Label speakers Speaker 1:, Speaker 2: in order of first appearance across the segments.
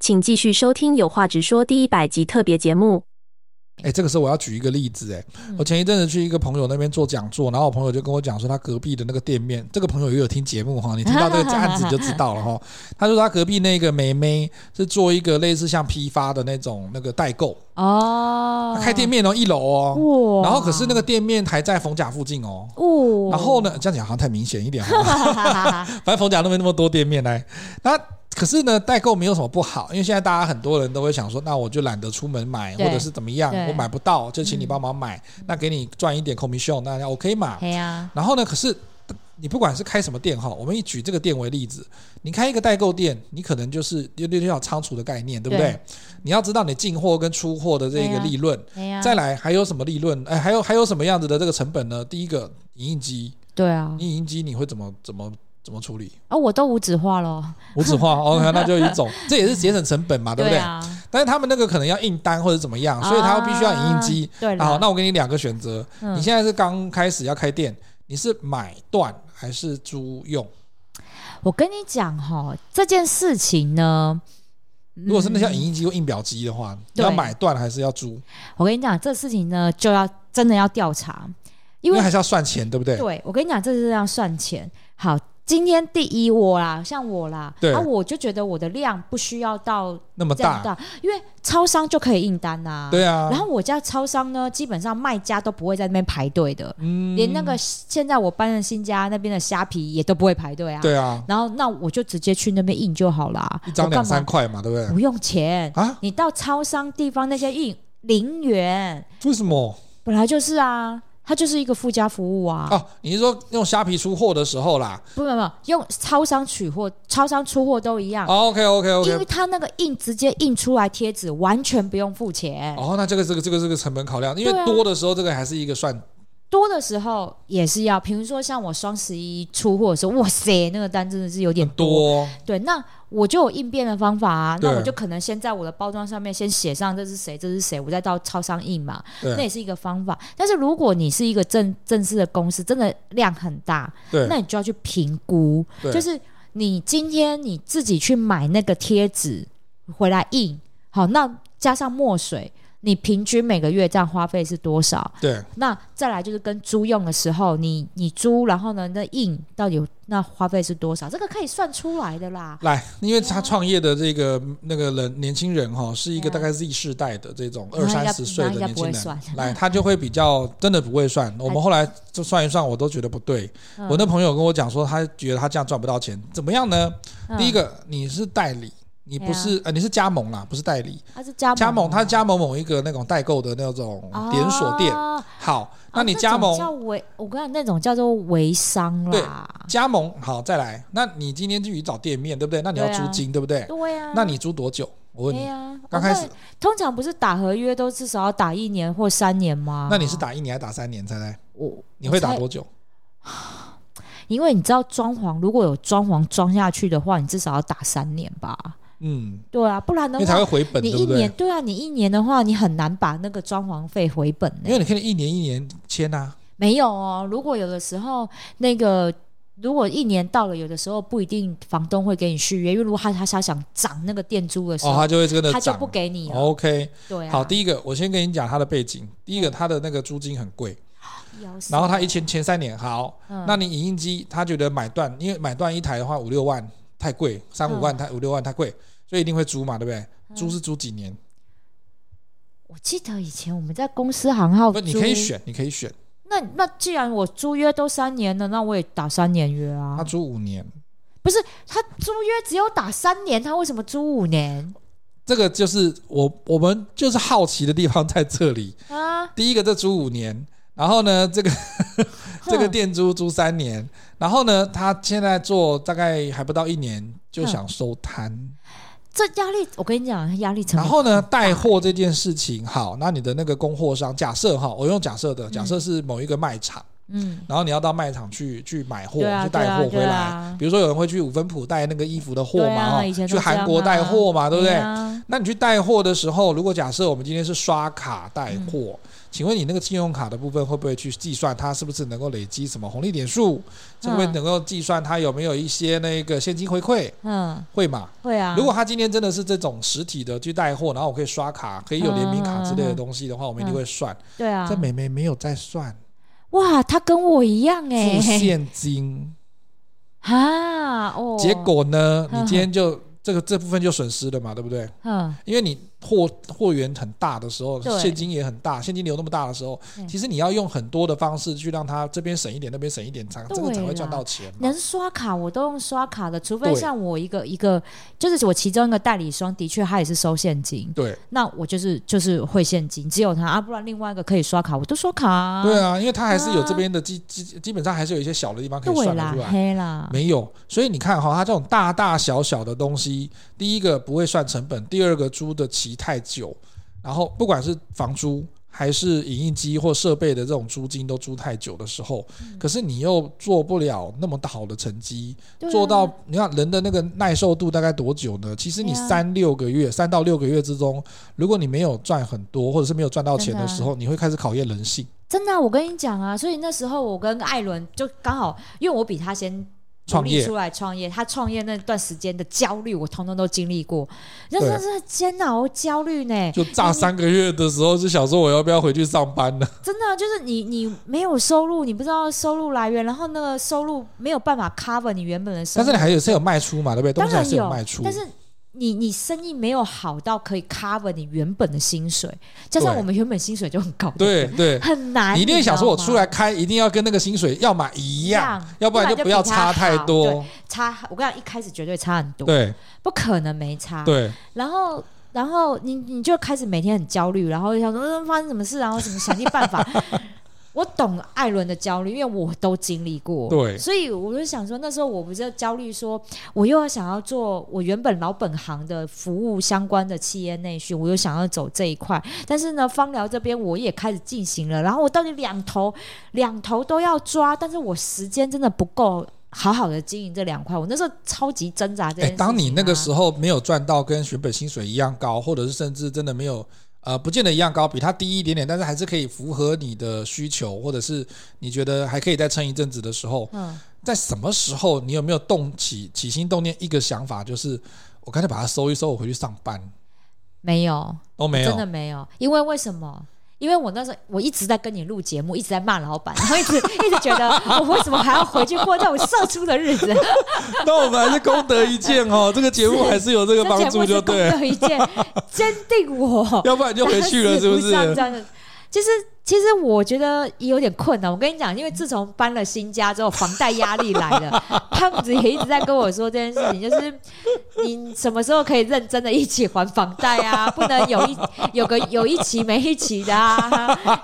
Speaker 1: 请继续收听《有话直说》第一百集特别节目。
Speaker 2: 哎、这个时候我要举一个例子、哎，我前一阵子去一个朋友那边做讲座，然后我朋友就跟我讲说，他隔壁的那个店面，这个朋友也有听节目哈，你听到这个案子你就知道了哈。他说他隔壁那个妹妹是做一个类似像批发的那种那个代购，
Speaker 3: 哦
Speaker 2: 她，开店面哦，一楼哦，
Speaker 3: 哇，
Speaker 2: 然后可是那个店面还在逢甲附近哦。
Speaker 3: 哦，
Speaker 2: 然后呢，这样讲好像太明显一点哈。
Speaker 3: 哈哈哈哈，
Speaker 2: 反正逢甲那边那么多店面来，那可是呢，代购没有什么不好，因为现在大家很多人都会想说，那我就懒得出门买，或
Speaker 3: 对
Speaker 2: 者是怎么样，
Speaker 3: 对嗯
Speaker 2: 我买不到，就请你帮忙买，那给你赚一点 commission，那 OK 嘛？
Speaker 3: 嘿呀，
Speaker 2: 然后呢，可是你不管是开什么店哈，我们以举这个店为例子，你开一个代购店，你可能就是有点像仓储的概念，对不对？
Speaker 3: 对
Speaker 2: 你要知道你进货跟出货的这
Speaker 3: 对
Speaker 2: 个
Speaker 3: 啊
Speaker 2: 利润，
Speaker 3: 嘿呀，
Speaker 2: 再来还有什么利润？哎，还有还有什么样子的这个成本呢？第一个影印机，
Speaker 3: 对啊，
Speaker 2: 你影印机你会怎么怎么怎么处理？
Speaker 3: 哦，我都无纸化了，
Speaker 2: 无纸 化，OK，那就一种，这也是节省成本嘛，对不对？
Speaker 3: 啊，
Speaker 2: 但是他们那个可能要印单或者怎么样，所以他必须要影印机。
Speaker 3: 啊，对啦
Speaker 2: 好，那我给你两个选择，
Speaker 3: 嗯
Speaker 2: 你现在是刚开始要开店，你是买断还是租用？
Speaker 3: 我跟你讲哈，这件事情呢，
Speaker 2: 如果是那像
Speaker 3: 嗯
Speaker 2: 影印机或印表机的话，你
Speaker 3: 对
Speaker 2: 要买断还是要租？
Speaker 3: 我跟你讲，这事情呢就要真的要调查，因
Speaker 2: 因
Speaker 3: 为
Speaker 2: 为还是要算钱，对不对？
Speaker 3: 对我跟你讲，这是要算钱。好，今天第一我啦，像我啦，
Speaker 2: 对
Speaker 3: 啊，我就觉得我的量不需要到
Speaker 2: 那么
Speaker 3: 这样
Speaker 2: 大，
Speaker 3: 大，因为超商就可以印单呐、
Speaker 2: 对啊
Speaker 3: 然。后我家超商呢，基本上卖家都不会在那边排队的，
Speaker 2: 嗯
Speaker 3: 连那个现在我搬的新家那边的虾皮也都不会排队啊。
Speaker 2: 对啊，
Speaker 3: 然后那我就直接去那边印就好啦，
Speaker 2: 一
Speaker 3: 我
Speaker 2: 张
Speaker 3: 干
Speaker 2: 两
Speaker 3: 嘛嗯
Speaker 2: 三块嘛，对不对？
Speaker 3: 不用钱。
Speaker 2: 啊？
Speaker 3: 你到超商地方那些印零元，
Speaker 2: 为什么
Speaker 3: 本来就是啊，它就是一个附加服务啊。
Speaker 2: 啊？你是说用虾皮出货的时候啦
Speaker 3: 不不不，用超商取货、超商出货都一样，
Speaker 2: ？OK 哦 OK
Speaker 3: 啊因
Speaker 2: OK
Speaker 3: 为。它那个印直接印出来贴纸，完全不用付钱。
Speaker 2: 哦，那这个这个这个这个成本考量，因
Speaker 3: 对
Speaker 2: 为
Speaker 3: 啊
Speaker 2: 多的时候这个还是一个算
Speaker 3: 多的时候也是要，比如说像我双十一出货的时候，哇塞，那个单真的是有点多。
Speaker 2: 多
Speaker 3: 对，那我就有应变的方法啊，那
Speaker 2: 对
Speaker 3: 我就可能先在我的包装上面先写上这是谁，这是谁，我再到超商印嘛，那
Speaker 2: 对
Speaker 3: 也是一个方法。但是如果你是一个正正式的公司，真的量很大，那
Speaker 2: 对
Speaker 3: 你就要去评估，
Speaker 2: 对，
Speaker 3: 就是你今天你自己去买那个贴纸回来印，好，那加上墨水，你平均每个月这样花费是多少？
Speaker 2: 对
Speaker 3: 那再来就是跟租用的时候，你你租，然后呢，那印到底有那花费是多少？这个可以算出来的啦。
Speaker 2: 来，因为他创业的这个那个人年轻人哈、是一个大概 Z 世代的这种
Speaker 3: 啊那
Speaker 2: 二
Speaker 3: 应该
Speaker 2: 三十岁的
Speaker 3: 那应该
Speaker 2: 年
Speaker 3: 不
Speaker 2: 轻
Speaker 3: 会
Speaker 2: 人
Speaker 3: 算，
Speaker 2: 来他就会比较真的不会 算。我们后来就算一算，我都觉得不对。
Speaker 3: 嗯
Speaker 2: 我那朋友跟我讲说，他觉得他这样赚不到钱，怎么样呢？第一
Speaker 3: 个，
Speaker 2: 个，你是代理。你不是呃，你是加盟啦，不是代理。
Speaker 3: 啊它是啊加盟
Speaker 2: 加盟，他加盟某一个那种代购的那种连锁店。
Speaker 3: 哦
Speaker 2: 好，
Speaker 3: 哦
Speaker 2: 那你加
Speaker 3: 种
Speaker 2: 盟
Speaker 3: 叫微，我跟你讲，那种叫做微商啦。
Speaker 2: 加盟好，再来，那你今天去找店面，对不对？那你要
Speaker 3: 对啊
Speaker 2: 租金，对不对？
Speaker 3: 对啊，
Speaker 2: 那你租多久？我问
Speaker 3: 对
Speaker 2: 你，
Speaker 3: 啊，
Speaker 2: 刚
Speaker 3: 哦
Speaker 2: 开始
Speaker 3: 那通常不是打合约都至少要打一年或三年吗？
Speaker 2: 那你是打一年还是打三年？猜猜
Speaker 3: 我，
Speaker 2: 你会打
Speaker 3: 我猜？
Speaker 2: 多久？
Speaker 3: 因为你知道装潢，如果有装潢装下去的话，你至少要打三年吧？
Speaker 2: 嗯，
Speaker 3: 对啊，不然的
Speaker 2: 因为才会
Speaker 3: 话，
Speaker 2: 回本，
Speaker 3: 你
Speaker 2: 对不
Speaker 3: 一年
Speaker 2: 对？
Speaker 3: 对啊，你一年的话，你很难把那个装潢费回本呢、
Speaker 2: 因为你可以一年一年签啊，
Speaker 3: 没有哦，如果有的时候那个。如果一年到了，有的时候不一定房东会给你续约，因为如果他他他想涨那个店租的时
Speaker 2: 哦，
Speaker 3: 候，
Speaker 2: 它就会真的
Speaker 3: 他就
Speaker 2: 涨
Speaker 3: 不。给你了。
Speaker 2: OK，
Speaker 3: 对啊，嗯
Speaker 2: 好，第一个我先跟你讲它的背景。第一个，它的那个租金很贵，
Speaker 3: 要死
Speaker 2: 然后它一签签三年。好，
Speaker 3: 啊嗯
Speaker 2: 那你影印机，他觉得买断，因为买断一台的话五六万太贵，三五万
Speaker 3: 嗯
Speaker 2: 太五六万太贵，所以一定会租嘛，对不对？租是租几年？
Speaker 3: 我记得以前我们在公司行号
Speaker 2: 不，
Speaker 3: 哦租，
Speaker 2: 你可以选，你可以选，
Speaker 3: 那那既然我租约都三年了，那我也打三年约啊
Speaker 2: 他。租五年。
Speaker 3: 不是他租约只有打三年，他为什么租五年
Speaker 2: 这个就是我我们就是好奇的地方在这里。
Speaker 3: 啊？
Speaker 2: 第一个，这租五年，然后呢，这个 这个
Speaker 3: 哼
Speaker 2: 店租租三年，然后呢，他现在做大概还不到一年就想收摊，
Speaker 3: 这压力，我跟你讲，压力成
Speaker 2: 然
Speaker 3: 本。
Speaker 2: 后呢，带货这件事情，好，那你的那个供货商，假设哈，我用假设的，假设是某一个卖场，
Speaker 3: 嗯，
Speaker 2: 然后你要到卖场去去买货，
Speaker 3: 对啊
Speaker 2: 去带货回
Speaker 3: 对啊对
Speaker 2: 来。
Speaker 3: 啊
Speaker 2: 比如说有人会去五分埔带那个衣服的货
Speaker 3: 对
Speaker 2: 嘛，
Speaker 3: 啊，
Speaker 2: 哈
Speaker 3: 以前都
Speaker 2: 去
Speaker 3: 这样啊
Speaker 2: 韩国带货嘛，对不对？
Speaker 3: 啊
Speaker 2: 那你去带货的时候，如果假设我们今天是刷卡带货，
Speaker 3: 嗯
Speaker 2: 请问你那个信用卡的部分会不会去计算它是不是能够累积什么红利点数？会不会
Speaker 3: 嗯
Speaker 2: 能够计算它有没有一些那个现金回馈？
Speaker 3: 嗯，
Speaker 2: 会嘛？
Speaker 3: 会啊。
Speaker 2: 如果他今天真的是这种实体的去带货，然后我可以刷卡，可以有联名卡之类的东西的话，我们一定会算。
Speaker 3: 对啊
Speaker 2: 这，美眉没有在算
Speaker 3: 哇，他跟我一样哎、
Speaker 2: 付现金，
Speaker 3: 啊哦，
Speaker 2: 结果 呢，
Speaker 3: 嗯
Speaker 2: 你今天就这个这部分就损失了嘛，对不对？
Speaker 3: 嗯
Speaker 2: 因为你货货源很大的时候，
Speaker 3: 对
Speaker 2: 现金也很大，现金流那么大的时候，
Speaker 3: 嗯
Speaker 2: 其实你要用很多的方式去让他这边省一点，那边省一点，才这个才会赚到钱嘛
Speaker 3: 能。刷卡我都用刷卡的，除非
Speaker 2: 对
Speaker 3: 像我一个一个，就是我其中一个代理商的确他也是收现金，
Speaker 2: 对
Speaker 3: 那我就是就是汇现金，只有他啊，不然另外一个可以刷卡，我都刷卡、啊。
Speaker 2: 对，啊，因为他还是有这边的基基基本上还是有一些小的地方可以
Speaker 3: 对
Speaker 2: 算得
Speaker 3: 啦
Speaker 2: 出来，。
Speaker 3: 黑啦，
Speaker 2: 没有，所以你看哈、它这种大大小小的东西，第一个不会算成本，第二个租的期太久，然后不管是房租还是影印机或设备的这种租金都租太久的时候，
Speaker 3: 嗯
Speaker 2: 可是你又做不了那么好的成绩，
Speaker 3: 对啊
Speaker 2: 做到你看人的那个耐受度大概多久呢？其实你
Speaker 3: 对啊
Speaker 2: 三六个月，三到六个月之中，如果你没有赚很多，或者是没有赚到钱
Speaker 3: 啊
Speaker 2: 的时候，你会开始考验人性。
Speaker 3: 真的啊、我跟你讲啊，所以那时候我跟艾伦就刚好，因为我比他先。
Speaker 2: 创业
Speaker 3: 出来创业，他创业那段时间的焦虑，我通通都经历过，那
Speaker 2: 对
Speaker 3: 真的是煎熬焦虑呢。
Speaker 2: 就炸三个月的时候，就想说我要不要回去上班 呢？
Speaker 3: 真的啊就是你你没有收入，你不知道收入来源，然后那个收入没有办法 cover 你原本的生
Speaker 2: 但
Speaker 3: 活，
Speaker 2: 是你还有是有卖出嘛，对不对？东
Speaker 3: 当
Speaker 2: 西还
Speaker 3: 然
Speaker 2: 是有卖出。
Speaker 3: 但是你你生意没有好到可以 cover 你原本的薪水，加上
Speaker 2: 对
Speaker 3: 我们原本薪水就很高，
Speaker 2: 对，对，
Speaker 3: 很难。
Speaker 2: 你一定
Speaker 3: 知道
Speaker 2: 想说，我
Speaker 3: 吗
Speaker 2: 出来开一定要跟那个薪水要么一样
Speaker 3: 一样，
Speaker 2: 要不然
Speaker 3: 不
Speaker 2: 就
Speaker 3: 然就
Speaker 2: 不要
Speaker 3: 比他
Speaker 2: 差太
Speaker 3: 好
Speaker 2: 多。
Speaker 3: 差，我跟你讲，一开始绝对差很多，
Speaker 2: 对
Speaker 3: 不可能没差。
Speaker 2: 对，
Speaker 3: 然后。然后你你就开始每天很焦虑，然后就想说、嗯、发生什么事，然后怎么想尽 办法。我懂艾伦的焦虑，因为我都经历过。
Speaker 2: 对
Speaker 3: 所以我就想说，那时候我不是焦虑说，我又要想要做我原本老本行的服务相关的企业内训，我又想要走这一块，但是呢，芳疗这边我也开始进行了，然后我到底两头两头都要抓，但是我时间真的不够。好好的经营这两块，我那时候超级挣扎这
Speaker 2: 哎，
Speaker 3: 件事情啊、
Speaker 2: 当你那个时候没有赚到跟原本薪水一样高，或者是甚至真的没有。呃，不见得一样高，比它低一点点，但是还是可以符合你的需求，或者是你觉得还可以再撑一阵子的时候，
Speaker 3: 嗯，
Speaker 2: 在什么时候你有没有动起起心动念一个想法，就是我干脆把它收一收，我回去上班
Speaker 3: 没有，
Speaker 2: 都没有
Speaker 3: 真的，没有，因为为什么？因为我那时候我一直在跟你录节目，一直在骂老板，然后一直 一直觉得我为什么还要回去过这种社畜的日子？
Speaker 2: 那我们还是功德一件哦，这个节目还是有这个
Speaker 3: 这
Speaker 2: 帮
Speaker 3: 节
Speaker 2: 助
Speaker 3: 目
Speaker 2: 就是
Speaker 3: 功
Speaker 2: 对，
Speaker 3: 德一件，坚定 我
Speaker 2: 要不然就回去了，是不 是？
Speaker 3: 打死上这样子其实，其实我觉得也有点困难。我跟你讲，因为自从搬了新家之后，房贷压力来了。胖子也一直在跟我说这件事情，就是你什么时候可以认真的一起还房贷啊？不能有一有个有一期没一期的啊，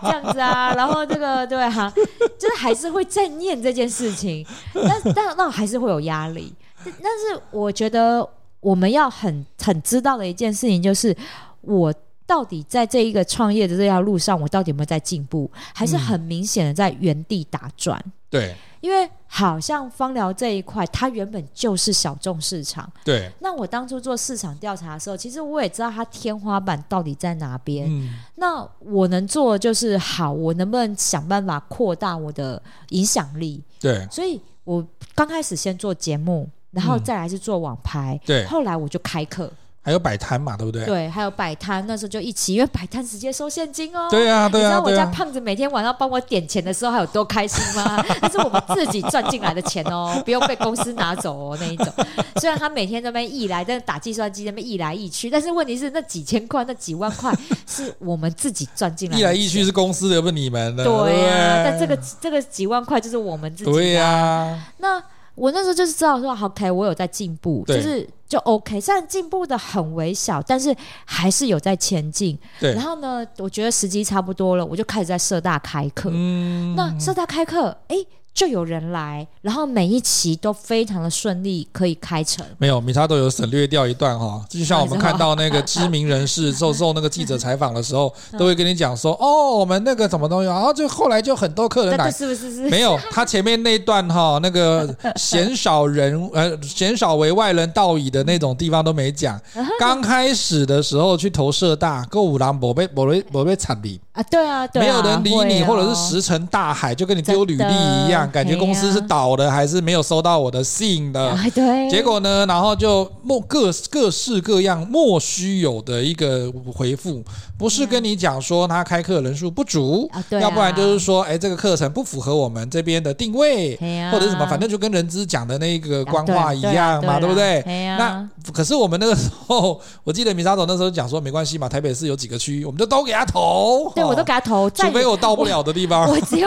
Speaker 3: 这样子啊。然后这个对哈、就是还是会再念这件事情，但但那还是会有压力。但但是我觉得我们要很很知道的一件事情就是，我到底在这一个创业的这条路上，我到底有没有在进步，还是很明显的在原地打转。
Speaker 2: 对
Speaker 3: 因为好像芳疗这一块，它原本就是小众市场。
Speaker 2: 对，
Speaker 3: 那我当初做市场调查的时候，其实我也知道它天花板到底在哪边。
Speaker 2: 嗯，
Speaker 3: 那我能做的就是好，我能不能想办法扩大我的影响力？
Speaker 2: 对
Speaker 3: 所以我刚开始先做节目，然后
Speaker 2: 嗯
Speaker 3: 再来是做网拍，
Speaker 2: 对，
Speaker 3: 后来我就开课，
Speaker 2: 还有摆摊嘛，对不对？
Speaker 3: 对，还有摆摊，那时候就一起，因为摆摊直接收现金哦。
Speaker 2: 对啊，
Speaker 3: 你
Speaker 2: 对
Speaker 3: 知
Speaker 2: 啊，
Speaker 3: 道我
Speaker 2: 对
Speaker 3: 家
Speaker 2: 啊，
Speaker 3: 胖子每天晚上帮我点钱的时候，还有多开心 吗？那是我们自己赚进来的钱哦，不用被公司拿走哦那一种。 虽然他每天在那边一来，但是打计算机在那边一来一去，但是问题是那几千块、那几万块是我们自己赚进来的
Speaker 2: 一
Speaker 3: 钱，
Speaker 2: 来一去是公司的，又不是你们的，
Speaker 3: 对呀、
Speaker 2: 呀。
Speaker 3: 但这个这个几万块就是我们自己的啊
Speaker 2: 对呀，
Speaker 3: 那我那时候就是知道说好，OK，我有在进步，
Speaker 2: 对
Speaker 3: 就是就 OK，虽然进步的很微小，但是还是有在前进。
Speaker 2: 对
Speaker 3: 然，后呢，我觉得时机差不多了，我就开始在社大开课。
Speaker 2: 嗯
Speaker 3: 那社大开课，哎、就有人来，然后每一期都非常的顺利，可以开成。
Speaker 2: 没有，米沙都有省略掉一段哈、就像
Speaker 3: 啊
Speaker 2: 我们看到那个知名人 士受受那个记者采访的时候，
Speaker 3: 嗯
Speaker 2: 都会跟你讲说，哦，我们那个什么东西，然后就后来就很多客人
Speaker 3: 这
Speaker 2: 来
Speaker 3: 这，是不是是？
Speaker 2: 没 有，他前面那一段哈，那个鲜少人呃鲜少为外人道矣的那种地方都没讲。
Speaker 3: 嗯
Speaker 2: 刚开始的时候去投社大，购五郎某被某被某被惨毙，
Speaker 3: 啊，对啊，对啊，
Speaker 2: 没有人理
Speaker 3: 会
Speaker 2: 你，
Speaker 3: 哦
Speaker 2: 或者是石沉大海，就跟你丢履历
Speaker 3: 真的
Speaker 2: 一样，感觉公司是
Speaker 3: 哎呀
Speaker 2: 倒的，还是没有收到我的信的。
Speaker 3: 哎，对，
Speaker 2: 结果呢，然后就莫各各式各样莫须有的一个回复，不是跟你讲说他开课人数不足，
Speaker 3: 啊，嗯对啊，
Speaker 2: 要不然就是说，哎，这个课程不符合我们这边的定位，
Speaker 3: 嘿呀
Speaker 2: 或者是什么，反正就跟人资讲的那个官话一
Speaker 3: 啊
Speaker 2: 样嘛，对不对？
Speaker 3: 那
Speaker 2: 那可是我们那个时候， 我记得米沙总那时候讲说，没关系嘛，台北市有几个区，我们就都给他投。哦
Speaker 3: 对我都给他投，
Speaker 2: 除非我到不了的地方。
Speaker 3: 我 只有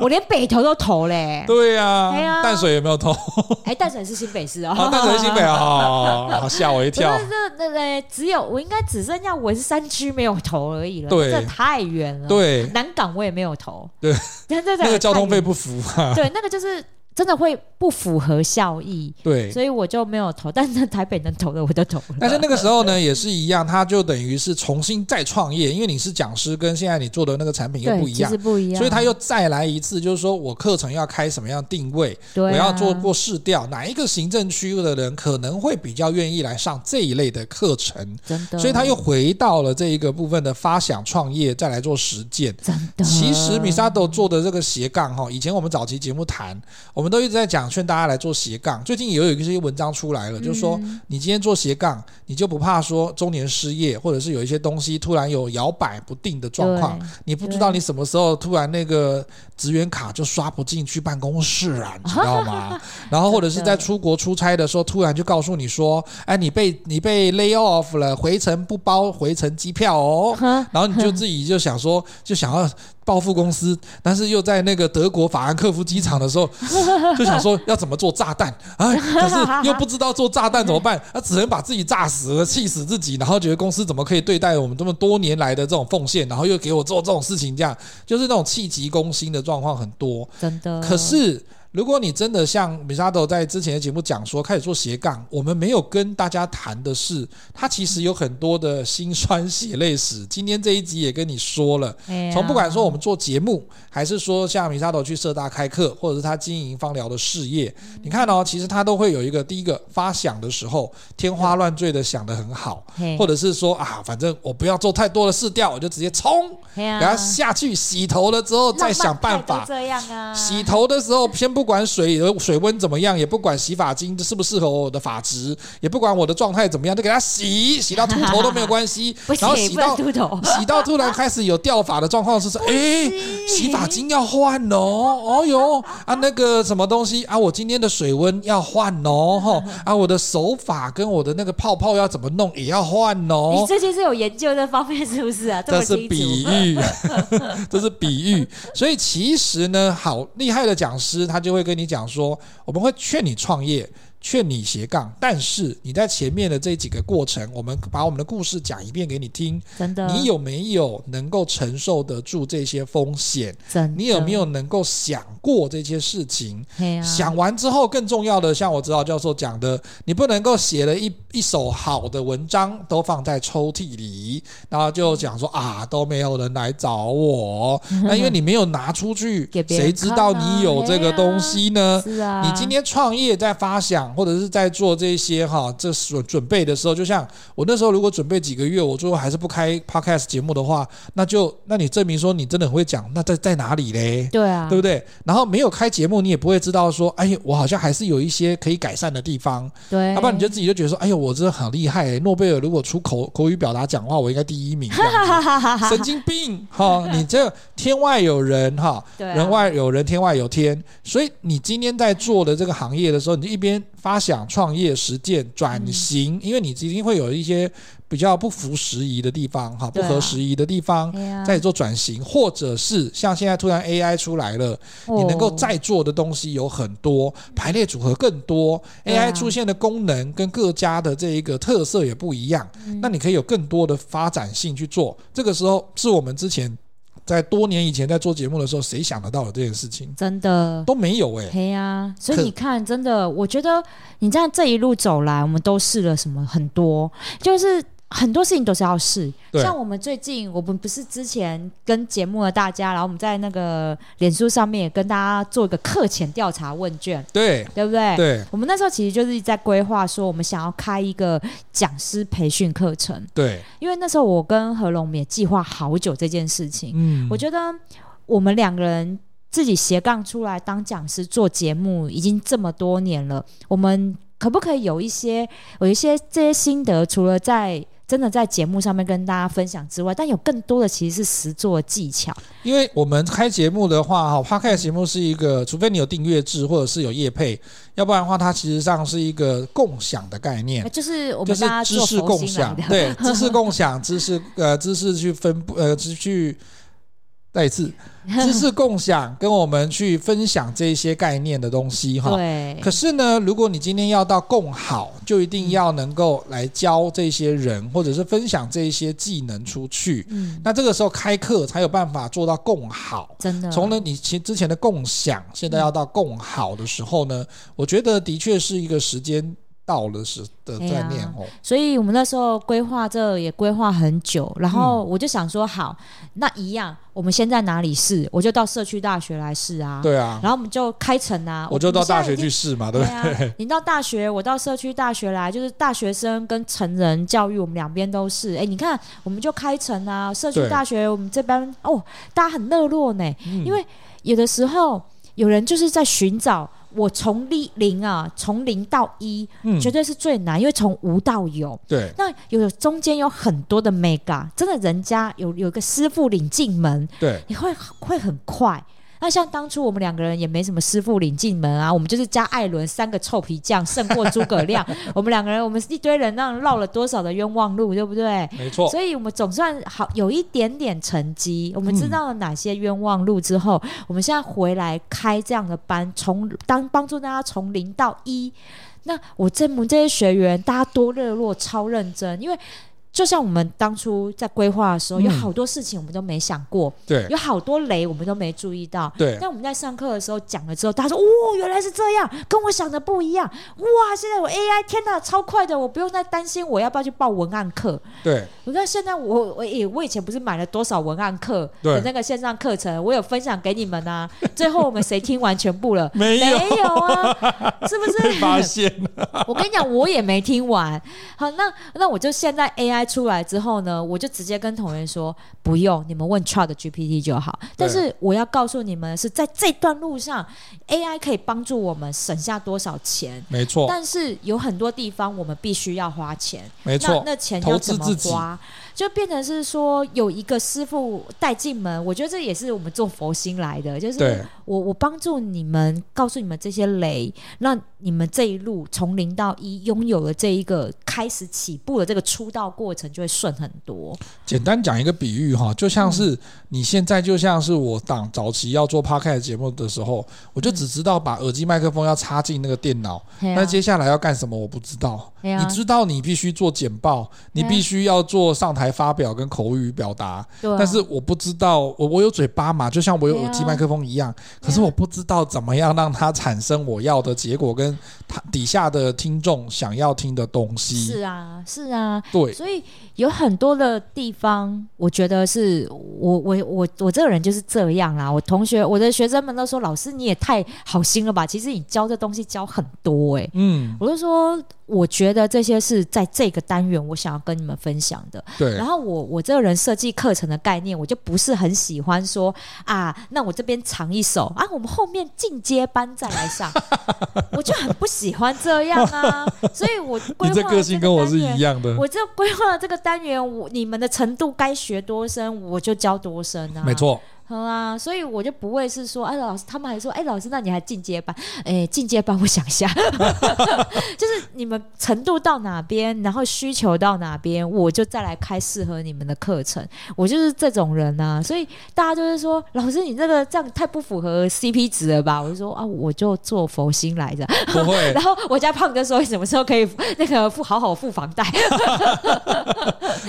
Speaker 3: 我连北投都投嘞。
Speaker 2: 对呀、
Speaker 3: 哎呀
Speaker 2: 淡水有没有投？
Speaker 3: 哎，淡水是新北市
Speaker 2: 啊，
Speaker 3: 哦，
Speaker 2: 淡水新北啊，哦好吓我一
Speaker 3: 不是
Speaker 2: 跳。
Speaker 3: 那那那只有我应该只剩下文山区没有投而已了，
Speaker 2: 对
Speaker 3: 这太远了。，
Speaker 2: 对，
Speaker 3: 南港我也没有投，
Speaker 2: 对，
Speaker 3: 真的
Speaker 2: 那个交通费
Speaker 3: 太
Speaker 2: 不符啊
Speaker 3: 远。。对，那个就是真的会不符合效益，
Speaker 2: 对，
Speaker 3: 所以我就没有投。但是台北能投的我都投了，
Speaker 2: 但是那个时候呢，也是一样，他就等于是重新再创业，因为你是讲师，跟现在你做的那个产品又
Speaker 3: 对
Speaker 2: 不一
Speaker 3: 其
Speaker 2: 样
Speaker 3: 实。不一样，
Speaker 2: 所以他又再来一次，就是说我课程要开什么样定位，
Speaker 3: 对啊
Speaker 2: 我要做过试调，哪一个行政区的人可能会比较愿意来上这一类的课程，
Speaker 3: 真的，
Speaker 2: 所以他又回到了这一个部分的发想创业，再来做实践。
Speaker 3: 真的，
Speaker 2: 其实米沙豆做的这个斜杠哈，以前我们早期节目谈，我们都一直在讲劝大家来做斜杠。最近也有一些文章出来了，就是说
Speaker 3: 嗯
Speaker 2: 你今天做斜杠，你就不怕说中年失业，或者是有一些东西突然有摇摆不定的状况
Speaker 3: 对，
Speaker 2: 你不知道你什么时候突然那个职员卡就刷不进去办公室啊，你知道吗？然后或者是在出国出差的时候，突然就告诉你说，哎，你被你被 lay off 了，回程不包回程机票哦。然后你就自己就想说，就想要报复公司，但是又在那个德国法兰克福机场的时候，就想说要怎么做炸弹啊，可是又不知道做炸弹怎么办，啊，只能把自己炸死了，气死自己，然后觉得公司怎么可以对待我们这么多年来的这种奉献，然后又给我做这种事情，这样就是那种气急攻心的状况很多。
Speaker 3: 真的，
Speaker 2: 可是。如果你真的像米沙豆在之前的节目讲说开始做斜杠，我们没有跟大家谈的是，它其实有很多的辛酸血泪史。今天这一集也跟你说了，
Speaker 3: 哎呀
Speaker 2: 从不管说我们做节目，还是说像米沙头去社大开课，或者是他经营芳疗的事业，
Speaker 3: 嗯
Speaker 2: 你看哦，其实他都会有一个第一个发想的时候，天花乱坠的想得很好，
Speaker 3: 嘿
Speaker 2: 或者是说啊，反正我不要做太多的试调，我就直接冲，
Speaker 3: 嘿啊
Speaker 2: 给他下去洗头了之后再想办
Speaker 3: 浪漫派
Speaker 2: 法
Speaker 3: 都。这样啊，
Speaker 2: 洗头的时候，先不管水的水温怎么样，也不管洗发精适不适合我的发质，也不管我的状态怎么样，就给它洗，洗到秃头都没有关系
Speaker 3: 不，
Speaker 2: 然后
Speaker 3: 行，
Speaker 2: 洗
Speaker 3: 不能
Speaker 2: 到
Speaker 3: 秃头，
Speaker 2: 洗到突然开始有掉发的状况是说，哎，洗发精要换哦，哦哟啊，那个什么东西啊，我今天的水温要换哦，吼啊，我的手法跟我的那个泡泡要怎么弄也要换
Speaker 3: 你
Speaker 2: 哦。
Speaker 3: 这些是有研究这方面是不是啊？
Speaker 2: 这
Speaker 3: 么
Speaker 2: 是
Speaker 3: 清楚
Speaker 2: 比 喻，这是比喻。所以其实呢，好厉害的讲师，他就会跟你讲说，我们会劝你创业，劝你斜杠，但是你在前面的这几个过程，我们把我们的故事讲一遍给你听，
Speaker 3: 真的，
Speaker 2: 你有没有能够承受得住这些风险？
Speaker 3: 真的，
Speaker 2: 你有没有能够想过这些事情？
Speaker 3: 嘿啊
Speaker 2: 想完之后，更重要的，像我指导教授讲的，你不能够写了一一手好的文章都放在抽屉里，然后就讲说啊都没有人来找我，那因为你没有拿出去
Speaker 3: 给，别人
Speaker 2: 谁知道
Speaker 3: 看啊
Speaker 2: 你有这个
Speaker 3: 对啊
Speaker 2: 东西呢？
Speaker 3: 是啊？
Speaker 2: 你今天创业在发想或者是在做这些哈，这准准备的时候，就像我那时候如果准备几个月，我最后还是不开 podcast 节目的话，那就那你证明说你真的很会讲，那在在哪里嘞？
Speaker 3: 对啊，
Speaker 2: 对不
Speaker 3: 对？
Speaker 2: 对？然后没有开节目，你也不会知道说，哎，我好像还是有一些可以改善的地方。
Speaker 3: 对，
Speaker 2: 要不然你就自己就觉得说，哎呦，我真的很厉害、诺贝尔如果出口口语表达奖的话，我应该第一名这样子。神经病哈、 你这天外有人哈、
Speaker 3: 对啊
Speaker 2: 人外有人，天外有天。所以你今天在做的这个行业的时候，你就一边发想、创业、实践、转型，
Speaker 3: 嗯
Speaker 2: 因为你一定会有一些比较不符时宜的地方哈、不
Speaker 3: 对啊
Speaker 2: 合时宜的地方。
Speaker 3: 哎呀
Speaker 2: 再做转型，或者是像现在突然 AI 出来了，你能够
Speaker 3: 哦
Speaker 2: 再做的东西有很多，排列组合更多
Speaker 3: 对啊
Speaker 2: ，AI 出现的功能跟各家的这一个特色
Speaker 3: 嗯
Speaker 2: 也不一样，那你可以有更多的发展性去做。这个时候是我们之前。在多年以前在做节目的时候，谁想得到有这件事情
Speaker 3: 真的。
Speaker 2: 都没有哎、
Speaker 3: 嘿呀、啊所以
Speaker 2: 可
Speaker 3: 你看，真的，我觉得你这样这一路走来，我们都试了什么很多，就是很多事情都是要试。
Speaker 2: 对
Speaker 3: 像我们最近，我们不是之前跟节目的大家，然后我们在那个脸书上面也跟大家做一个课前调查问卷，
Speaker 2: 对
Speaker 3: 对不对？
Speaker 2: 对
Speaker 3: 我们那时候其实就是在规划说，我们想要开一个讲师培训课程，
Speaker 2: 对，
Speaker 3: 因为那时候我跟何龙我们也计划好久这件事情。
Speaker 2: 嗯，
Speaker 3: 我觉得我们两个人自己斜杠出来当讲师做节目已经这么多年了，我们可不可以有一些有一些这些心得？除了在真的在节目上面跟大家分享之外，但有更多的其实是实做技巧。
Speaker 2: 因为我们开节目的话，哈 p o d c a s 节目是一个，除非你有订阅制或者是有业配，要不然的话，它其实上是一个共享的概念
Speaker 3: 那。就是我
Speaker 2: 哎就
Speaker 3: 们
Speaker 2: 是
Speaker 3: 大家
Speaker 2: 知
Speaker 3: 做
Speaker 2: 识
Speaker 3: 佛
Speaker 2: 共
Speaker 3: 心来
Speaker 2: 享，
Speaker 3: 的，
Speaker 2: 对， 知识共享，知识呃，知识去分布呃，知去再一 次，知识共享跟我们去分享这些概念的东西哈。
Speaker 3: 对
Speaker 2: 可是呢，如果你今天要到共好，就一
Speaker 3: 嗯
Speaker 2: 定要能够来教这些人，或者是分享这些技能出去。
Speaker 3: 嗯，
Speaker 2: 那这个时候开课才有办法做到共好。
Speaker 3: 真的
Speaker 2: 从呢，你其之前的共享，现
Speaker 3: 嗯
Speaker 2: 在要到共好的时候呢，我觉得的确是一个时间到了时的
Speaker 3: 哎呀
Speaker 2: 概念哦。
Speaker 3: 所以我们那时候规划这也规划很久，然
Speaker 2: 嗯
Speaker 3: 后我就想说，好，那一样，我们先在哪里试？我就到社区大学来试啊。。
Speaker 2: 对啊，
Speaker 3: 然后我们就开城啊，
Speaker 2: 我就到大学
Speaker 3: 们现在
Speaker 2: 去
Speaker 3: 已经。
Speaker 2: 试嘛，对
Speaker 3: 对
Speaker 2: 不
Speaker 3: 啊，你到大学，我到社区大学来，就是大学生跟成人教育，我们两边都是。哎，你看，我们就开城啊，社区
Speaker 2: 对
Speaker 3: 大学，我们这边哦，大家很热络呢。
Speaker 2: 嗯
Speaker 3: 因为有的时候，有人就是在寻找我从零零啊，从零到一，
Speaker 2: 嗯
Speaker 3: 绝对是最难，因为从无到有。
Speaker 2: 对
Speaker 3: 那有中间有很多的 mega，真的人家有有个师傅领进门，
Speaker 2: 对
Speaker 3: 你会会很快。那像当初我们两个人也没什么师傅领进门啊，我们就是加艾伦三个臭皮匠胜过诸葛亮，我们两个人我们一堆人让绕了多少的冤枉路，对不对？
Speaker 2: 没错，
Speaker 3: 所以我们总算好有一点点成绩，我们知
Speaker 2: 嗯
Speaker 3: 道了哪些冤枉路之后，我们现在回来开这样的班，从当帮助大家从零到一。那我这们这些学员，大家多热络、超认真，因为就像我们当初在规划的时候，有
Speaker 2: 嗯
Speaker 3: 好多事情我们都没想过，
Speaker 2: 对
Speaker 3: 有好多雷我们都没注意到。
Speaker 2: 对
Speaker 3: 但我们在上课的时候讲了之后，大家说：“哦，原来是这样，跟我想的不一样。哇，现在有 AI，天哪，超快的，我不用再担心我要不要去报文案课。”
Speaker 2: 对
Speaker 3: 我知道现在我我也我以前不是买了多少文案课
Speaker 2: 对
Speaker 3: 的那个线上课程，我有分享给你们啊。最后我们谁听完全部了？
Speaker 2: 没有
Speaker 3: 有啊，是不
Speaker 2: 被 发
Speaker 3: 是？
Speaker 2: 现 了，
Speaker 3: 我跟你讲，我也没听完。好，那那我就现在 AI 出来之后呢，我就直接跟同学说，不用你们问 Chat GPT 就好。但是我要告诉你们的是，在这段路上，AI 可以帮助我们省下多少钱，
Speaker 2: 没错
Speaker 3: 但是有很多地方我们必须要花钱。
Speaker 2: 没错
Speaker 3: 那，那钱
Speaker 2: 投
Speaker 3: 要
Speaker 2: 资
Speaker 3: 怎么
Speaker 2: 自己
Speaker 3: 花？就变成是说有一个师傅带进门，我觉得这也是我们做佛心来的，就是
Speaker 2: 对
Speaker 3: 我我帮助你们，告诉你们这些雷，让你们这一路从零到一拥有了这一个开始起步的这个出道过程，就会顺很多。
Speaker 2: 简单讲一个比喻哈，就
Speaker 3: 嗯
Speaker 2: 像是你现在就像是我当早期要做 podcast 节目的时候，我就只知道把耳机麦克风要插进那个电脑，
Speaker 3: 嘿
Speaker 2: 那
Speaker 3: 嗯啊
Speaker 2: 接下来要干什么我不知道。
Speaker 3: 嘿啊
Speaker 2: 你知道你必须做简报，你
Speaker 3: 对啊
Speaker 2: 必须要做上台发表跟口语表达，
Speaker 3: 对啊
Speaker 2: 但是我不知道，我我有嘴巴嘛，就像我有
Speaker 3: 对啊啊
Speaker 2: 耳机麦克风一样，可是我不知道怎么样让它产生我要的结果，跟它底下的听众想要听的东西。
Speaker 3: 是啊，是啊，
Speaker 2: 对，
Speaker 3: 所以有很多的地方，我觉得是我我我我这个人就是这样啦。我同学我的学生们都说，老师你也太好心了吧？其实你教这东西教很多诶、
Speaker 2: 嗯，
Speaker 3: 我就说，我觉得这些是在这个单元我想要跟你们分享的。
Speaker 2: 对
Speaker 3: 然，后我我这个人设计课程的概念，我就不是很喜欢说啊，那我这边藏一首啊，我们后面进阶班再 来上，我就很不喜欢这样啊。所以我规
Speaker 2: 你
Speaker 3: 划
Speaker 2: 这个性跟我是
Speaker 3: 单元
Speaker 2: 一样的，
Speaker 3: 我这规划这个单元，我你们的程度该学多深，我就教多深啊。
Speaker 2: 没，错，
Speaker 3: 好啊，所以我就不会是说，哎、老师，他们还说，哎、老师，那你还进阶班？哎、进阶班，我想一下， 就是你们程度到哪边，然后需求到哪边，我就再来开适合你们的课程。我就是这种人呐、所以大家就是说，老师，你这个这样太不符合 CP 值了吧？我就说啊，我就做佛心来着。
Speaker 2: 不会
Speaker 3: 然后我家胖哥说，什么时候可以 那个付好好付房贷？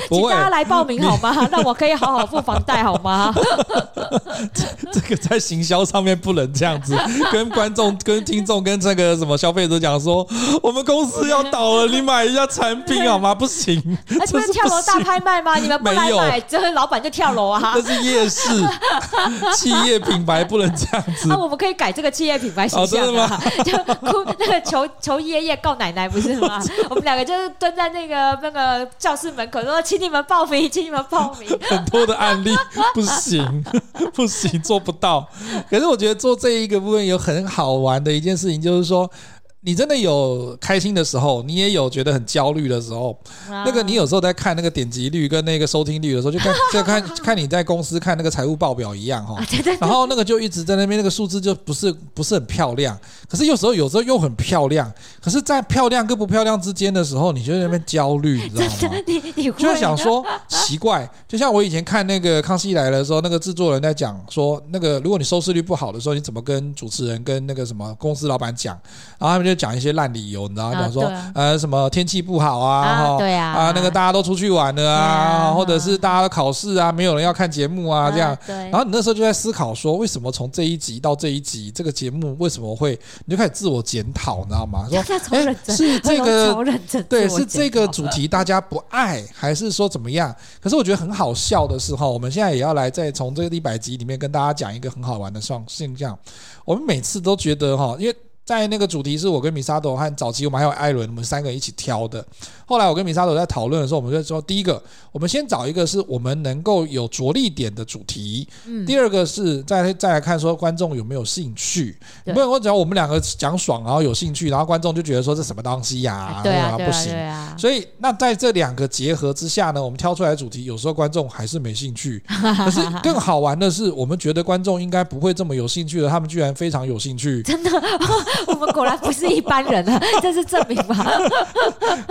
Speaker 2: 不
Speaker 3: 请
Speaker 2: 会
Speaker 3: 大， 家来报名好吗？ 让我可以好好付房贷好吗？
Speaker 2: 这个在行销上面不能这样子，跟观 众、跟听众、跟这个什么消费者讲说，我们公司要倒了，你买一下产品好吗？不行，
Speaker 3: 而且
Speaker 2: 这
Speaker 3: 哎不
Speaker 2: 是
Speaker 3: 是跳楼大
Speaker 2: 不行
Speaker 3: 拍卖吗？你们不来
Speaker 2: 没有
Speaker 3: 买，这老板就跳楼啊！
Speaker 2: 这是夜市， 企业品牌不能这样子
Speaker 3: 那、。我们可以改这个企业品牌形
Speaker 2: 哦真
Speaker 3: 象
Speaker 2: 的
Speaker 3: 啊，就哭那个求求爷爷告奶奶不是吗？我们两个就是蹲在那个那个教室门口说，请你们报名，请你们报名。
Speaker 2: 很多的案例不行， 不行，做不到。可是我觉得做这一个部分有很好玩的一件事情，就是说，你真的有开心的时候，你也有觉得很焦虑的时候。那个你有时候在看那个点击率跟那个收听率的时候，就看 就看看你在公司看那个财务报表一样哈。然后那个就一直在那边，那个数字就不是不是很漂亮。可是有时候有时候又很漂亮，可是，在漂亮跟不漂亮之间的时候，你就在那边焦虑，你知 道吗？
Speaker 3: 你你会啊
Speaker 2: 就会想
Speaker 3: 的
Speaker 2: 说奇怪，就像我以前看那个《康熙来了》的时候，那个制作人在讲说，那个如果你收视率不好的时候，你怎么跟主持人、跟那个什么公司老板讲？然后他们就讲一些烂理由，你知道吗，
Speaker 3: 啊
Speaker 2: 讲说、
Speaker 3: 对啊
Speaker 2: 呃什么天气不好啊，
Speaker 3: 啊
Speaker 2: 吼
Speaker 3: 对啊
Speaker 2: 啊那个大家都出去玩了
Speaker 3: 对
Speaker 2: 啊，
Speaker 3: 啊
Speaker 2: 或者是大家都考试啊，没有人要看节目啊，这样。
Speaker 3: 对，
Speaker 2: 然后你那时候就在思考说，为什么从这一集到这一集，这个节目为什么会，你就开始自我检讨，你知道吗？说
Speaker 3: 这超
Speaker 2: 哎、
Speaker 3: 认真，
Speaker 2: 是这个
Speaker 3: 超认真，
Speaker 2: 对，
Speaker 3: 自我
Speaker 2: 是这个
Speaker 3: 检讨
Speaker 2: 主题大家不爱，还是说怎么样？可是我觉得很好笑的是哈，我们现在也要来再从这个一百集里面跟大家讲一个很好玩的上现象。我们每次都觉得哈，因为在那个主题是我跟米沙朵和早期我们还有艾伦，我们三个一起挑的。后来我跟米沙朵在讨论的时候，我们就说，第一个，我们先找一个是我们能够有着力点的主题；
Speaker 3: 嗯
Speaker 2: 第二个是再再来看说观众有没有兴趣。
Speaker 3: 对
Speaker 2: 不然我只要我们两个讲爽，然后有兴趣，然后观众就觉得说这什么东西呀、
Speaker 3: 哎 对啊，对
Speaker 2: 不
Speaker 3: 啊，
Speaker 2: 行
Speaker 3: 对。啊，
Speaker 2: 所以，那在这两个结合之下呢，我们挑出来的主题，有时候观众还是没兴 趣。可是更好玩的是，我们觉得观众应该不会这么有兴趣的，他们居然非常有兴趣。
Speaker 3: 真的，我们果然不是一般人啊，这是证明吧？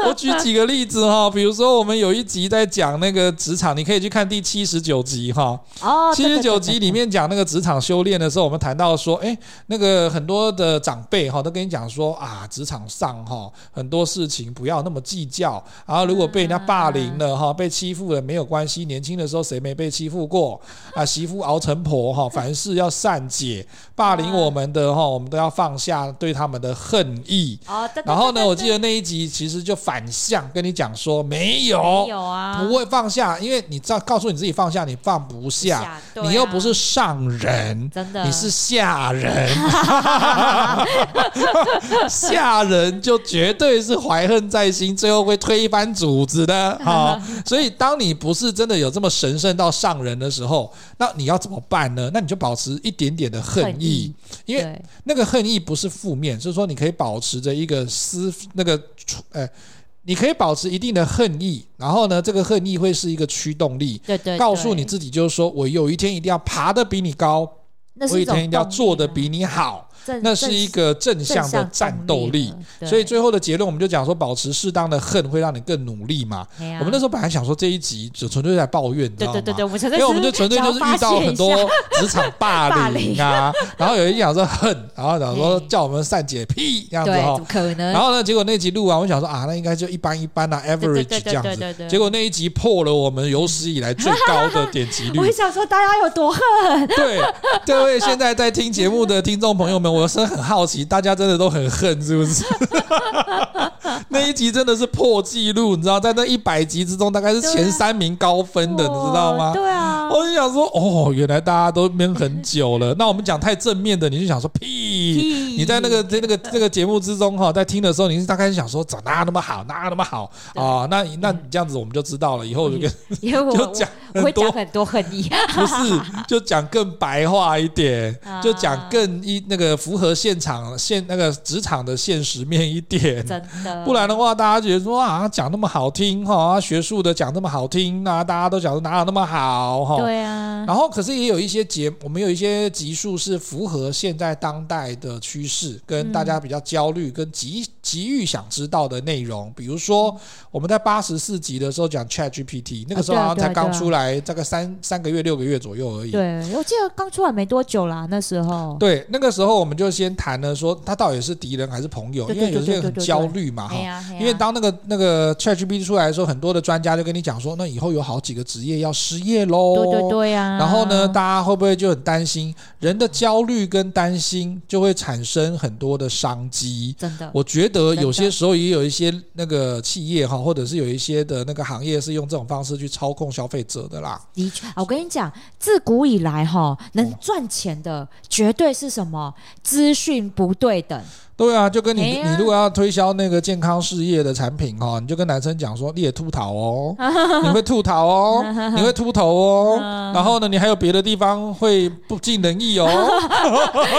Speaker 2: 我举几个例子哈，比如说我们有一集在讲那个职场，你可以去看第七十九集哈。
Speaker 3: 哦，
Speaker 2: 七十九
Speaker 3: 对
Speaker 2: 集里，面讲那个职场修炼的时候，我们谈到说，哎，那个很多的长辈哈都跟你讲说啊，职场上哈很多事情不要那么计较，然后如果被人家霸凌了哈，被欺负了没有关系，年轻的时候谁没被欺负过啊？媳妇熬成婆哈，凡事要善解，霸
Speaker 3: 啊
Speaker 2: 凌我们的哈，我们都要放下对他们的恨意。
Speaker 3: 对对对哦，对对
Speaker 2: 然后呢，
Speaker 3: 对
Speaker 2: 我记
Speaker 3: 对
Speaker 2: 得那一集其实就反向跟你讲说，没
Speaker 3: 没
Speaker 2: 有。
Speaker 3: 有啊，
Speaker 2: 不会放下，因为你知道，告诉你自己放下，你放不下。
Speaker 3: 对啊
Speaker 2: 你又不是上人，
Speaker 3: 真的，
Speaker 2: 你是下 人，下人就绝对是怀恨在心，最后会推翻主子的 哈、所以，当你不是真的有这么神圣到上人的时候，那你要怎么办呢？那你就保持一点点的恨
Speaker 3: 恨
Speaker 2: 意
Speaker 3: 意，
Speaker 2: 因为
Speaker 3: 对
Speaker 2: 那个恨意不是负面，是说你可以保持着一个思那个呃，你可以保持一定的恨意，然后呢，这个恨意会是一个驱动力，
Speaker 3: 对对，
Speaker 2: 告诉
Speaker 3: 对
Speaker 2: 你自己就是说我有一天一定要爬得比你高，
Speaker 3: 那
Speaker 2: 我
Speaker 3: 是
Speaker 2: 有一
Speaker 3: 种
Speaker 2: 天一定要
Speaker 3: 动力
Speaker 2: 做得
Speaker 3: 啊
Speaker 2: 比你好，
Speaker 3: 正
Speaker 2: 那是
Speaker 3: 正
Speaker 2: 一个正
Speaker 3: 正
Speaker 2: 向的战斗
Speaker 3: 动
Speaker 2: 力
Speaker 3: 了。，
Speaker 2: 所以
Speaker 3: 对
Speaker 2: 最后的结论，我们就讲说，保持适当的恨会让你更努力嘛。
Speaker 3: 哎呀
Speaker 2: 我们那时候本来想说这一集只纯粹在抱怨，你知
Speaker 3: 对
Speaker 2: 道
Speaker 3: 对对对，
Speaker 2: 吗？
Speaker 3: 我们纯
Speaker 2: 因
Speaker 3: 粹
Speaker 2: 为我们就纯粹
Speaker 3: 想
Speaker 2: 就
Speaker 3: 要
Speaker 2: 是
Speaker 3: 发
Speaker 2: 遇到
Speaker 3: 泄一
Speaker 2: 很多
Speaker 3: 下
Speaker 2: 职场霸
Speaker 3: 霸
Speaker 2: 凌啊， 然后有人讲说恨，然后讲说
Speaker 3: 嘿
Speaker 2: 叫我们善解屁这样子
Speaker 3: 对，
Speaker 2: 哈
Speaker 3: 怎么。可能？
Speaker 2: 然后呢，结果那集录完，我想说啊，那应该就一般一般啊
Speaker 3: 对对
Speaker 2: ，average 这
Speaker 3: 对对
Speaker 2: 样
Speaker 3: 对
Speaker 2: 子。
Speaker 3: 对对，
Speaker 2: 结果那一集破了我们有史以来最高 的点击率
Speaker 3: 我。想说大家有多恨，
Speaker 2: 对，各位现在在听节目的听众朋友们，我是很好奇，大家真的都很恨是不是？ 那一集真的是破纪录，你知道，在那一百集之中，大概是
Speaker 3: 啊
Speaker 2: 前三名高分的，你知道吗？
Speaker 3: 对啊，
Speaker 2: 我就想说，哦，原来大家都闷很久 了。那我们讲太正面的，你就想说屁。
Speaker 3: 屁
Speaker 2: 你在那个在那个这个节目之中哈，在听的时候，你是大概想说，咋哪有那么好，哪有那么好啊、
Speaker 3: 对 嗯
Speaker 2: 那那你这样子我们就知道了，以后我就跟
Speaker 3: 因为我
Speaker 2: 就讲
Speaker 3: 我我会讲
Speaker 2: 多
Speaker 3: 很多恨 意，
Speaker 2: 不 是，就讲更白话一点，
Speaker 3: 啊
Speaker 2: 就讲更一那个符合现场现那个职场的现实面一点。
Speaker 3: 真的。
Speaker 2: 不然的话，大家觉得说啊，讲那么好听哈、啊学术的讲那么好听，那、大家都讲得哪有那么好哈、
Speaker 3: 对啊，
Speaker 2: 然后，可是也有一些节，我们有一些集数是符合现在当代的趋势，跟大家比较焦虑、跟急急于想知道的内容。比如说，我们在八十四集的时候讲 Chat GPT，那个时候
Speaker 3: 嗯啊对
Speaker 2: 好
Speaker 3: 啊
Speaker 2: 像才
Speaker 3: 对啊
Speaker 2: 刚
Speaker 3: 对啊
Speaker 2: 出来，大概三三个月、六个月左右而已。
Speaker 3: 对，我记得刚出来没多久啦，那时候。
Speaker 2: 对，那个时候我们就先谈了说，他到底是敌人还是朋友，
Speaker 3: 对
Speaker 2: 因为
Speaker 3: 对
Speaker 2: 有些人
Speaker 3: 对对
Speaker 2: 很
Speaker 3: 对对
Speaker 2: 焦虑啊嘛，哈
Speaker 3: 哎。呀，哎呀
Speaker 2: 因为当那个那个 ChatGPT 出来的时候，很多的专家就跟你讲说，那以后有好几个职业要失业喽。
Speaker 3: 对对对呀、啊，
Speaker 2: 哦然后呢，大家会不会就很担心？人的焦虑跟担心就会产生很多的商机。
Speaker 3: 真的，
Speaker 2: 我觉得有些时候也有一些那个企业哈，或者是有一些的那个行业是用这种方式去操控消费者的啦。
Speaker 3: 的确，啊我跟你讲，自古以来哈，能
Speaker 2: 哦
Speaker 3: 赚钱的绝对是什么资讯不对 等，
Speaker 2: 对啊，就跟你、
Speaker 3: 哎呀
Speaker 2: 你如果要推销那个健康事业的产品哈，你就跟男生讲说，你也秃头哦，你会秃头哦，你会秃头哦，然后呢，你还有别的地方会不尽人意哦。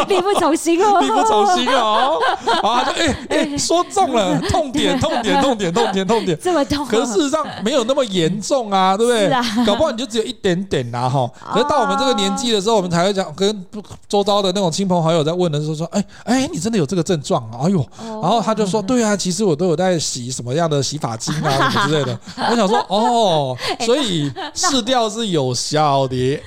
Speaker 3: 力不从心哦。
Speaker 2: 力不从心哦。然后他就哎哎、说中了，痛点痛点痛点痛点痛点。
Speaker 3: 这么痛、
Speaker 2: 可是事实上没有那么严重啊，对不对？
Speaker 3: 是
Speaker 2: 搞不好你就只有一点点啦、哈。可是到我们这个年纪的时候，我们才会讲跟周遭的那种亲朋好友在问的时候说，哎哎，你真的有这个症状啊？哎呦，
Speaker 3: 哦，
Speaker 2: 然后他就说：“对啊，其实我都有在洗什么样的洗发精啊，什么之类的。”我想说：“哦，所以试掉是有效的，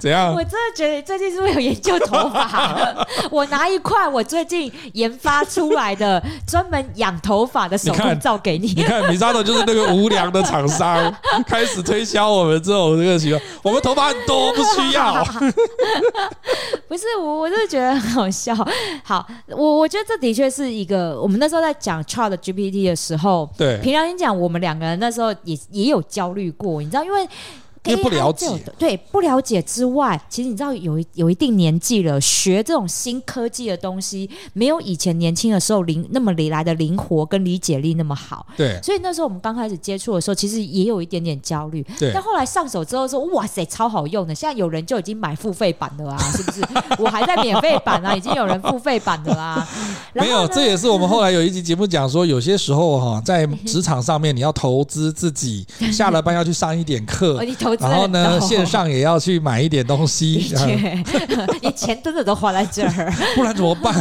Speaker 2: 怎样
Speaker 3: 我真的觉得你最近是不是有研究头 发？我拿一块我最近研发出来的专门养头发的手
Speaker 2: 你看
Speaker 3: 工皂给你。
Speaker 2: 你看，米沙头就是那个无良的厂 商，开始推销我们这种这个习惯。我们头发很多，不需要。
Speaker 3: 不是我，我真的觉得很好笑。好，我我觉得这的确是一个，我们那时候在讲 Chat GPT 的时候，
Speaker 2: 对，
Speaker 3: 平常心讲，我们两个人那时候也也有焦虑过，你知道，因为。
Speaker 2: 因为不了
Speaker 3: AI 这种
Speaker 2: 解
Speaker 3: 对不了解之外，其实你知道有一有一定年纪了，学这种新科技的东西，没有以前年轻的时候灵那么理来的灵活跟理解力那么好。
Speaker 2: 对，
Speaker 3: 所以那时候我们刚开始接触的时候，其实也有一点点焦虑。
Speaker 2: 对
Speaker 3: 但后来上手之后说，哇塞，超好用的！现在有人就已经买付费版 了啊，是不是？我还在免费版啊，已经有人付费版了啊。然
Speaker 2: 没有，
Speaker 3: 后呢
Speaker 2: 这也是我们后来有一集节目讲说，有些时候哈，在职场上面你要投资自 己，下了班要去上一点
Speaker 3: 哦，
Speaker 2: 课，
Speaker 3: 你投资
Speaker 2: 然后呢，
Speaker 3: 很高
Speaker 2: 线。上也要去买一点东
Speaker 3: 的
Speaker 2: 西，嗯
Speaker 3: 确，你钱真的都花在这儿，
Speaker 2: 不然怎么办？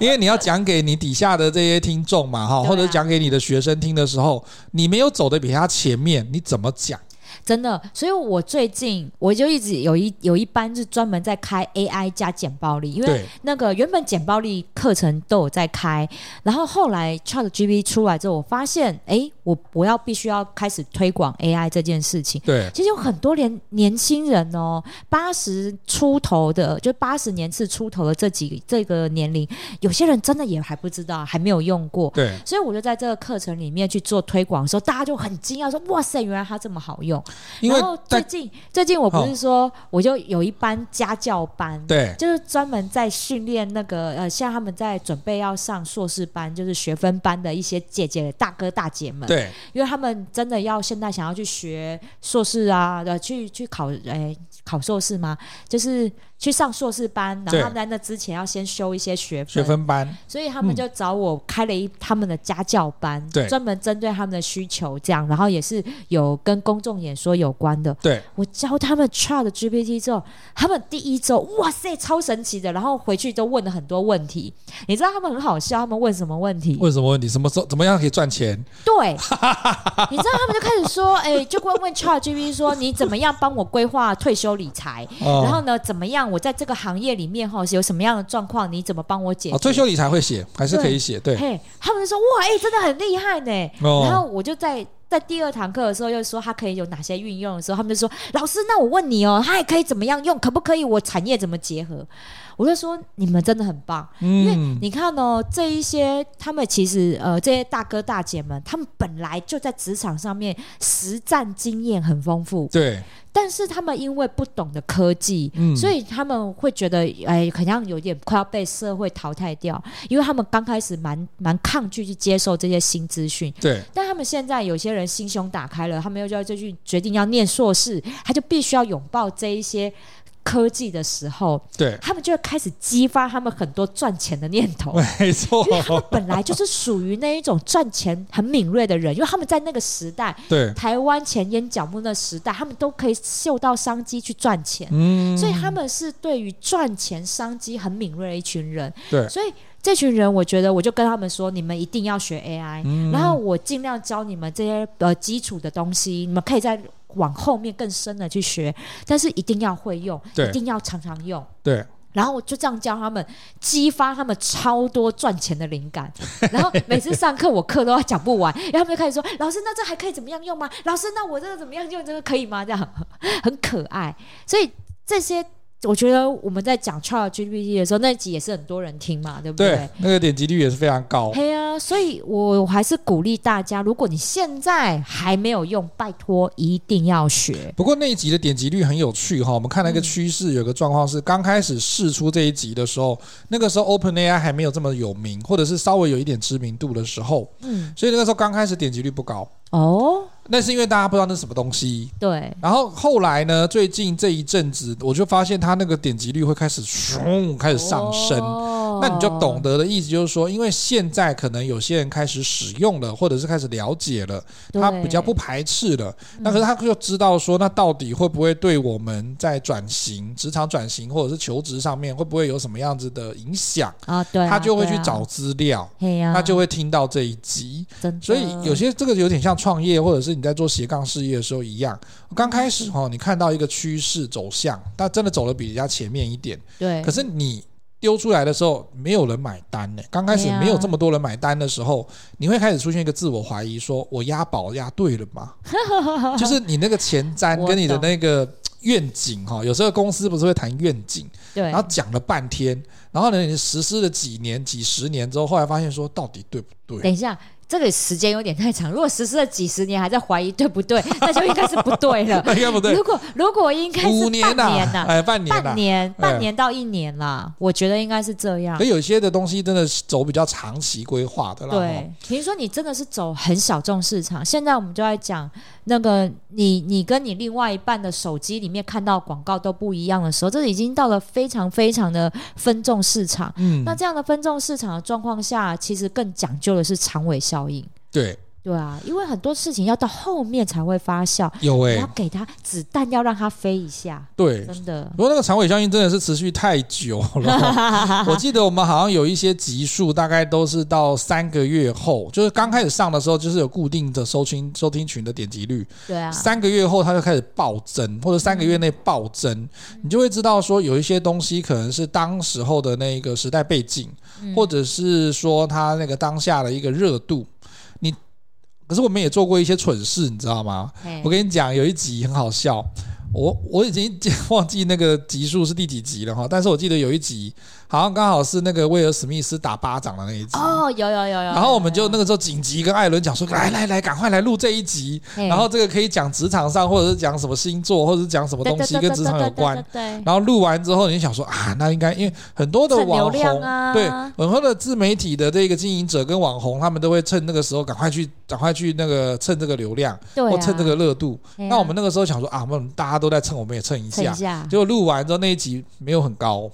Speaker 2: 因为你要讲给你底下的这些听众嘛，哈，
Speaker 3: 对啊
Speaker 2: 或者讲给你的学生听的时候，你没有走的比他前面，你怎么讲？
Speaker 3: 真的。所以我最近我就一直有一有一班是专门在开 AI 加简暴力，因为
Speaker 2: 对。
Speaker 3: 那个原本简暴力课程都有在开，然后后来 Chat GPT 出来之后，我发现，诶，我我要必须要开始推广 AI 这件事情。
Speaker 2: 对，
Speaker 3: 其实有很多年年轻人哦，八十出头的，就八十年次出头的这几这个年龄，有些人真的也还不知道，还没有用过。
Speaker 2: 对，
Speaker 3: 所以我就在这个课程里面去做推广的时候，大家就很惊讶说：“哇塞，原来它这么好用！”
Speaker 2: 因为
Speaker 3: 然后最
Speaker 2: 在
Speaker 3: 近最近我不是说、我就有一班家教班，
Speaker 2: 对
Speaker 3: 就是专门在训练那个呃，像他们在准备要上硕士班，就是学分班的一些姐姐大哥大姐们，，
Speaker 2: 对
Speaker 3: 因为他们真的要现在想要去学硕士啊，呃，去去考诶、考硕士吗？就是去上硕士班，然后
Speaker 2: 对
Speaker 3: 他们在那之前要先修一些学分，
Speaker 2: 学分班，
Speaker 3: 所以他们
Speaker 2: 嗯
Speaker 3: 就找我开了一他们的家教班，
Speaker 2: 对
Speaker 3: 专门针对他们的需求这样，然后也是有跟公众演说有关的。
Speaker 2: 对
Speaker 3: 我教他们 Chat GPT 之后，他们第一周哇塞超神奇的，然后回去都问了很多问题。你知道他们很好笑，他们问什么问题？
Speaker 2: 问什么问题？什么时候怎么样可以赚钱？
Speaker 3: 对，你知道他们就开始说，哎、就问问 Chat GPT 说你怎么样帮我规划退休理财？
Speaker 2: 哦
Speaker 3: 然后呢，怎么样我在这个行业里面哈有什么样的状况，你怎么帮我解决？
Speaker 2: 哦，退休理财会写，还是可以写？对，
Speaker 3: 嘿，他们就说哇，哎、真的很厉害呢。
Speaker 2: 哦
Speaker 3: 然后我就在在第二堂课的时候，又说他可以有哪些运用的时候，他们就说老师，那我问你哦，他还可以怎么样用？可不可以我产业怎么结合？我就说你们真的很棒，因为
Speaker 2: 嗯，
Speaker 3: 你看哦，这一些他们其实呃，这些大哥大姐们，他们本来就在职场上面实战经验很丰富，
Speaker 2: 对，
Speaker 3: 但是他们因为不懂得科技，
Speaker 2: 嗯，
Speaker 3: 所以他们会觉得哎，好像有点快要被社会淘汰掉，因为他们刚开始蛮蛮抗拒去接受这些新资讯。
Speaker 2: 对，
Speaker 3: 但他们现在有些人心胸打开了，他们又就要就去决定要念硕士，他就必须要拥抱这一些科技的时候，
Speaker 2: 对，
Speaker 3: 他们就会开始激发他们很多赚钱的念 头。
Speaker 2: 没错，
Speaker 3: 本来就是属于那一种赚钱很敏锐的人，因为他们在那个时代，
Speaker 2: 对，
Speaker 3: 台湾前烟角木那时代，他们都可以嗅到商机去赚钱，
Speaker 2: 嗯，
Speaker 3: 所以他们是对于赚钱商机很敏锐的一群人。
Speaker 2: 对
Speaker 3: 所以这群人，我觉得我就跟他们说，你们一定要学 AI，、
Speaker 2: 嗯
Speaker 3: 然后我尽量教你们这些呃基础的东西，你们可以再往后面更深的去学，但是一定要会用，
Speaker 2: 对
Speaker 3: 一定要常常用。
Speaker 2: 对，
Speaker 3: 然后我就这样教他们，激发他们超多赚钱的灵 感。然后每次上课我课都要讲不完，然后他们就开始说：“老师，那这还可以怎么样用吗？老师，那我这个怎么样用？这个可以吗？”这样 很可爱。所以这些我觉得我们在讲 Chat GPT 的时候，那集也是很多人听嘛，对不
Speaker 2: 对，那个点击率也是非常高。
Speaker 3: 嘿啊，所以我还是鼓励大家，如果你现在还没有用，拜托一定要学。
Speaker 2: 不过那一集的点击率很有趣哈，我们看
Speaker 3: 嗯
Speaker 2: 了一个趋势，有个状况是，刚开始试出这一集的时候，那个时候 OpenAI 还没有这么有名，或者是稍微有一点知名度的时候，
Speaker 3: 嗯，
Speaker 2: 所以那个时候刚开始点击率不高，
Speaker 3: 哦，
Speaker 2: 那是因为大家不知道那是什么东西。
Speaker 3: 对，
Speaker 2: 然后后来呢，最近这一阵子，我就发现它那个点击率会开始咻开始上升。
Speaker 3: 哦
Speaker 2: 那你就懂得的意思就是说，因为现在可能有些人开始使用了，或者是开始了解了，他比较不排斥了。
Speaker 3: 嗯
Speaker 2: 那可是他就知道说，那到底会不会对我们在转型、职场转型或者是求职上面，会不会有什么样子的影响？
Speaker 3: 啊，对啊
Speaker 2: 他就会去，
Speaker 3: 对
Speaker 2: 找
Speaker 3: 啊
Speaker 2: 资料，
Speaker 3: 嘿呀、
Speaker 2: 他就会听到这一集。
Speaker 3: 真的，
Speaker 2: 所以有些这个有点像创业，或者是你在做斜杠事业的时候一样，刚开始哈、哦，你看到一个趋势走向，但真的走的比人家前面一点，
Speaker 3: 对，
Speaker 2: 可是你丢出来的时候，没有人买单呢、刚开始
Speaker 3: 对啊
Speaker 2: 没有这么多人买单的时候，你会开始出现一个自我怀疑，说我押宝押对了 吗？就是你那个前瞻跟你的那个愿景哈，有时候公司不是会谈愿景，
Speaker 3: 对，
Speaker 2: 然后讲了半天，然后呢，你实施了几年、几十年之后，后来发现说到底对不对？
Speaker 3: 等一下。这个时间有点太长，如果实施了几十年还在怀疑对不对， 那就应该是不对了。
Speaker 2: 那 应该不对
Speaker 3: 如，果如果应该是
Speaker 2: 五
Speaker 3: 半年
Speaker 2: 年呐、
Speaker 3: 呐、
Speaker 2: 哎，半年呐、
Speaker 3: 半年
Speaker 2: 哎
Speaker 3: 半年到一年啦，我觉得应该是这样
Speaker 2: 可。有些的东西真的是走比较长期规划的啦。
Speaker 3: 对，比如说你真的是走很小众市场，现在我们就在讲那个你你跟你另外一半的手机里面看到广告都不一样的时候，这已经到了非常非常的分众市场。
Speaker 2: 嗯，
Speaker 3: 那这样的分众市场的状况下，其实更讲究的是长尾效应。
Speaker 2: 对，
Speaker 3: 对啊，因为很多事情要到后面才会发酵，
Speaker 2: 有哎、
Speaker 3: 你要给它子弹要让它飞一下，
Speaker 2: 对，
Speaker 3: 真的。
Speaker 2: 不过那个长尾效应真的是持续太久 了。我记得我们好像有一些集数，大概都是到三个月后，就是刚开始上的时候，就是有固定的收听收听群的点击率，
Speaker 3: 对啊，
Speaker 2: 三个月后它就开始暴增，或者三个月内暴增，你就会知道说有一些东西可能是当时候的那个时代背景，或者是说它那个当下的一个热度。你可是我们也做过一些蠢事，你知道吗？
Speaker 3: 嘿
Speaker 2: 我跟你讲，有一集很好笑，我我已经忘记那个集数是第几集了哈，但是我记得有一集好像刚好是那个威尔史密斯打巴掌的那一集。
Speaker 3: 哦，有有有有。
Speaker 2: 然后我们就
Speaker 3: 有
Speaker 2: 那个时候紧急跟艾伦讲说，来来来，赶快来录这一集。
Speaker 3: 嘿
Speaker 2: 然后这个可以讲职场上，或者是讲什么星座，或者是讲什么
Speaker 3: 对
Speaker 2: 东
Speaker 3: 对
Speaker 2: 西
Speaker 3: 对
Speaker 2: 跟
Speaker 3: 对
Speaker 2: 职
Speaker 3: 对
Speaker 2: 场有
Speaker 3: 对对
Speaker 2: 关
Speaker 3: 对。对
Speaker 2: 然后录完之后，你就想说啊，那应该因为很多的
Speaker 3: 蹭流
Speaker 2: 网
Speaker 3: 量
Speaker 2: 红，
Speaker 3: 啊
Speaker 2: 对很多的自媒体的这个经营者跟网红，他们都会趁那个时候赶快去赶快去那个蹭这个流量，
Speaker 3: 对
Speaker 2: 或
Speaker 3: 啊
Speaker 2: 蹭这个热度。
Speaker 3: 嘿啊
Speaker 2: 那我们那个时候想说啊，我们大家都在蹭，我们也蹭一
Speaker 3: 蹭一
Speaker 2: 下。
Speaker 3: 下，
Speaker 2: 结果录完之后那一集没有很高，